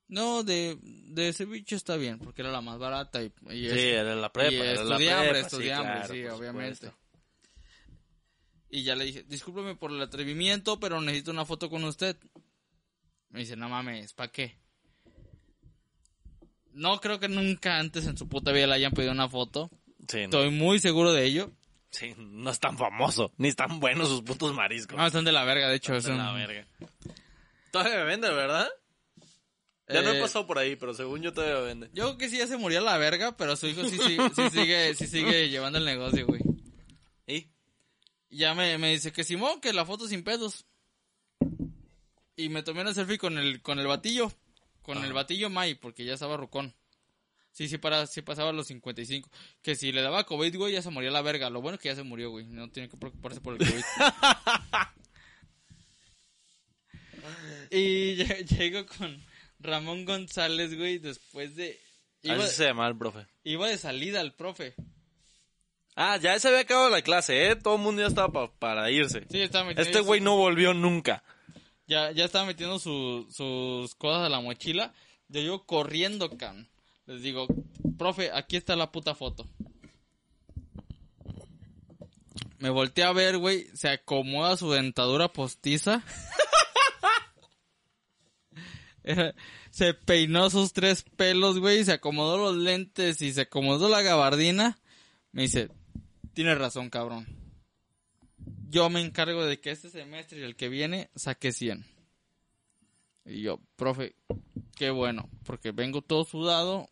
Speaker 3: No, de, de ceviche está bien, porque era la más barata y, y
Speaker 2: Sí,
Speaker 3: es-
Speaker 2: era la prepa,
Speaker 3: y
Speaker 2: era la
Speaker 3: estudié
Speaker 2: prepa,
Speaker 3: hambre,
Speaker 2: sí,
Speaker 3: estudié hambre,
Speaker 2: claro,
Speaker 3: sí,
Speaker 2: por
Speaker 3: obviamente.
Speaker 2: supuesto.
Speaker 3: Y ya le dije, discúlpeme por el atrevimiento, pero necesito una foto con usted. Me dice, no mames, ¿para qué? No creo que nunca antes en su puta vida le hayan pedido una foto.
Speaker 2: Sí, no,
Speaker 3: Estoy muy seguro de ello.
Speaker 2: sí, no es tan famoso, ni es tan bueno sus putos mariscos.
Speaker 3: No, están de la verga, de hecho.
Speaker 2: Están de
Speaker 3: son-
Speaker 2: la verga. Ah, Todavía me venden, ¿verdad? Ya no
Speaker 3: Eh,
Speaker 2: he pasado por ahí, pero según yo todavía me venden.
Speaker 3: Yo creo que sí ya se murió la verga, pero su hijo sí, sí, sí sigue, sí sigue llevando el negocio, güey.
Speaker 2: ¿Y?
Speaker 3: Ya me, me dice que Simón, que la foto sin pedos. Y me tomé una selfie con el, con el batillo. Con
Speaker 2: Ajá.
Speaker 3: el batillo May, porque ya estaba rucón. Sí, sí, para, sí pasaba los 55. Que si le daba COVID, güey, ya se moría la verga. Lo bueno es que ya se murió, güey. No tiene que preocuparse por el COVID. y lle- llego con Ramón González, güey, después de... Iba,
Speaker 2: Así se llama el profe.
Speaker 3: iba de salida al profe.
Speaker 2: Ah, ya se había acabado la clase, ¿eh? Todo el mundo ya estaba pa- para irse.
Speaker 3: Sí, estaba metiendo-
Speaker 2: Este güey no volvió nunca.
Speaker 3: Ya, ya estaba metiendo su- sus cosas a la mochila. Yo llego corriendo, can. Les digo, profe, aquí está la puta foto. Me volteé a ver, güey. Se acomoda su dentadura postiza. Era- se peinó sus tres pelos, güey. Se acomodó los lentes y se acomodó la gabardina. Me dice, tienes razón, cabrón. Yo me encargo de que este semestre y el que viene saque 100. Y yo, profe, qué bueno, porque vengo todo sudado,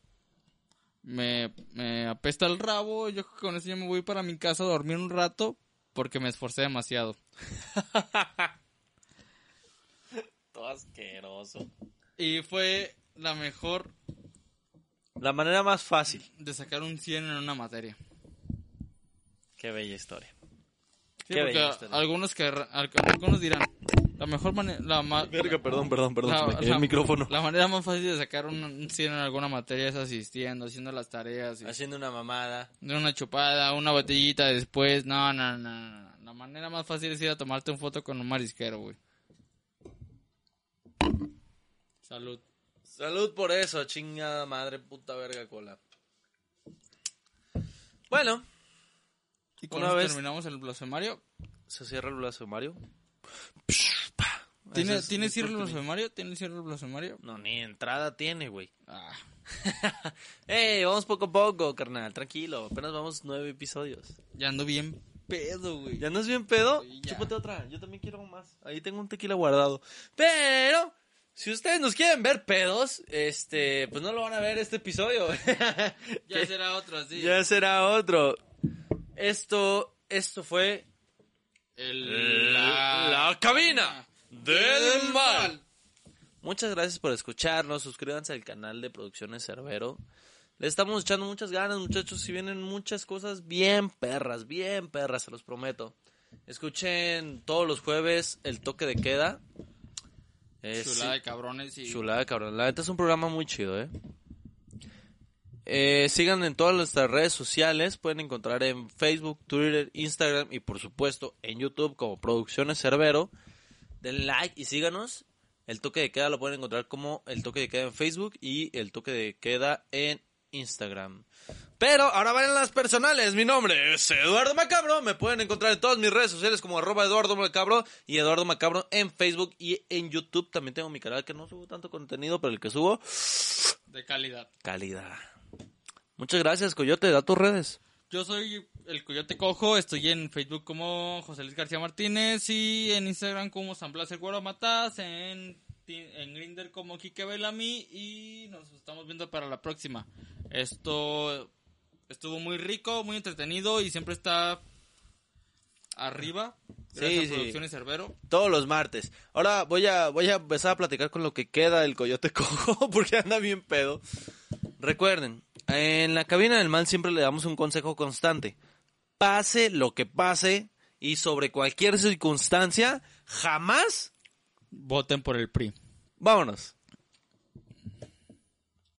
Speaker 3: me, me apesta el rabo, yo creo que con eso yo me voy para mi casa a dormir un rato porque me esforcé demasiado.
Speaker 2: Todo asqueroso.
Speaker 3: Y fue la mejor
Speaker 2: La manera más fácil.
Speaker 3: de sacar un 100 en una materia.
Speaker 2: Qué bella historia.
Speaker 3: Sí,
Speaker 2: Qué
Speaker 3: porque
Speaker 2: bello este día.
Speaker 3: algunos, que, algunos dirán, la mejor manera, la, ma-
Speaker 2: Verga, perdón, perdón, perdón.
Speaker 3: la-
Speaker 2: se me cayó
Speaker 3: la-
Speaker 2: el micrófono.
Speaker 3: la manera más fácil de sacar un- un 100 en alguna materia es asistiendo, haciendo las tareas, y
Speaker 2: Haciendo una mamada.
Speaker 3: de una chupada, una botellita después, no, no, no, no, no. La manera más fácil es ir a tomarte un foto con un marisquero, güey. Salud.
Speaker 2: Salud por eso, chingada madre, puta verga cola. Bueno,
Speaker 3: Y con
Speaker 2: Una
Speaker 3: esto
Speaker 2: vez-
Speaker 3: terminamos el blasfemario.
Speaker 2: se cierra el blasfemario. Ese
Speaker 3: ¿Tienes,
Speaker 2: es-
Speaker 3: ¿tienes cierre el
Speaker 2: disculpen.
Speaker 3: blasfemario? ¿Tienes cierre el blasfemario?
Speaker 2: No, ni entrada tiene, güey.
Speaker 3: Ah.
Speaker 2: ¡Ey! Vamos poco a poco, carnal. Tranquilo. Apenas vamos nueve episodios.
Speaker 3: Ya ando bien pedo, güey.
Speaker 2: ¿Ya no es bien pedo?
Speaker 3: Sí, ya.
Speaker 2: Chúpate otra. Yo también quiero más. Ahí tengo un tequila guardado. Pero, si ustedes nos quieren ver pedos, este, pues no lo van a ver este episodio.
Speaker 3: Ya será otro así.
Speaker 2: ya será otro. Esto, esto fue
Speaker 3: El-
Speaker 2: Eh, La, cabina del mal. Muchas gracias por escucharnos. Suscríbanse al canal de Producciones Cerbero. Le estamos echando muchas ganas, muchachos. Si vienen muchas cosas bien perras, bien perras, se los prometo. Escuchen todos los jueves el toque de queda. Eh,
Speaker 3: Chulada
Speaker 2: sí.
Speaker 3: de cabrones y...
Speaker 2: Chulada, cabrón. La neta es un programa muy chido, ¿eh? Eh, Sigan en todas nuestras redes sociales. Pueden encontrar en Facebook, Twitter, Instagram y, por supuesto, en YouTube como Producciones Cerbero. Den like y síganos. El toque de queda lo pueden encontrar como el toque de queda en Facebook y el toque de queda en Instagram. Pero ahora van las personales. Mi nombre es Eduardo Macabro. Me pueden encontrar en todas mis redes sociales como arroba Eduardo Macabro y Eduardo Macabro en Facebook y en YouTube. También tengo mi canal que no subo tanto contenido, pero el que subo,
Speaker 3: De calidad.
Speaker 2: calidad. Muchas gracias, Coyote. Da tus redes.
Speaker 3: Yo soy el Coyote Cojo, estoy en Facebook como José Luis García Martínez y en Instagram como San Blas el Güero Matas, en, Ti- en Grinder como Kike Bellamy y nos estamos viendo para la próxima. Esto estuvo muy rico, muy entretenido y siempre está arriba. Gracias
Speaker 2: Sí, sí.
Speaker 3: Producciones Cerbero.
Speaker 2: Todos los martes. Ahora voy a, voy a empezar a platicar con lo que queda del Coyote Cojo porque anda bien pedo. Recuerden, en la cabina del mal siempre le damos un consejo constante. Pase lo que pase y sobre cualquier circunstancia, jamás
Speaker 3: Voten por el PRI.
Speaker 2: vámonos.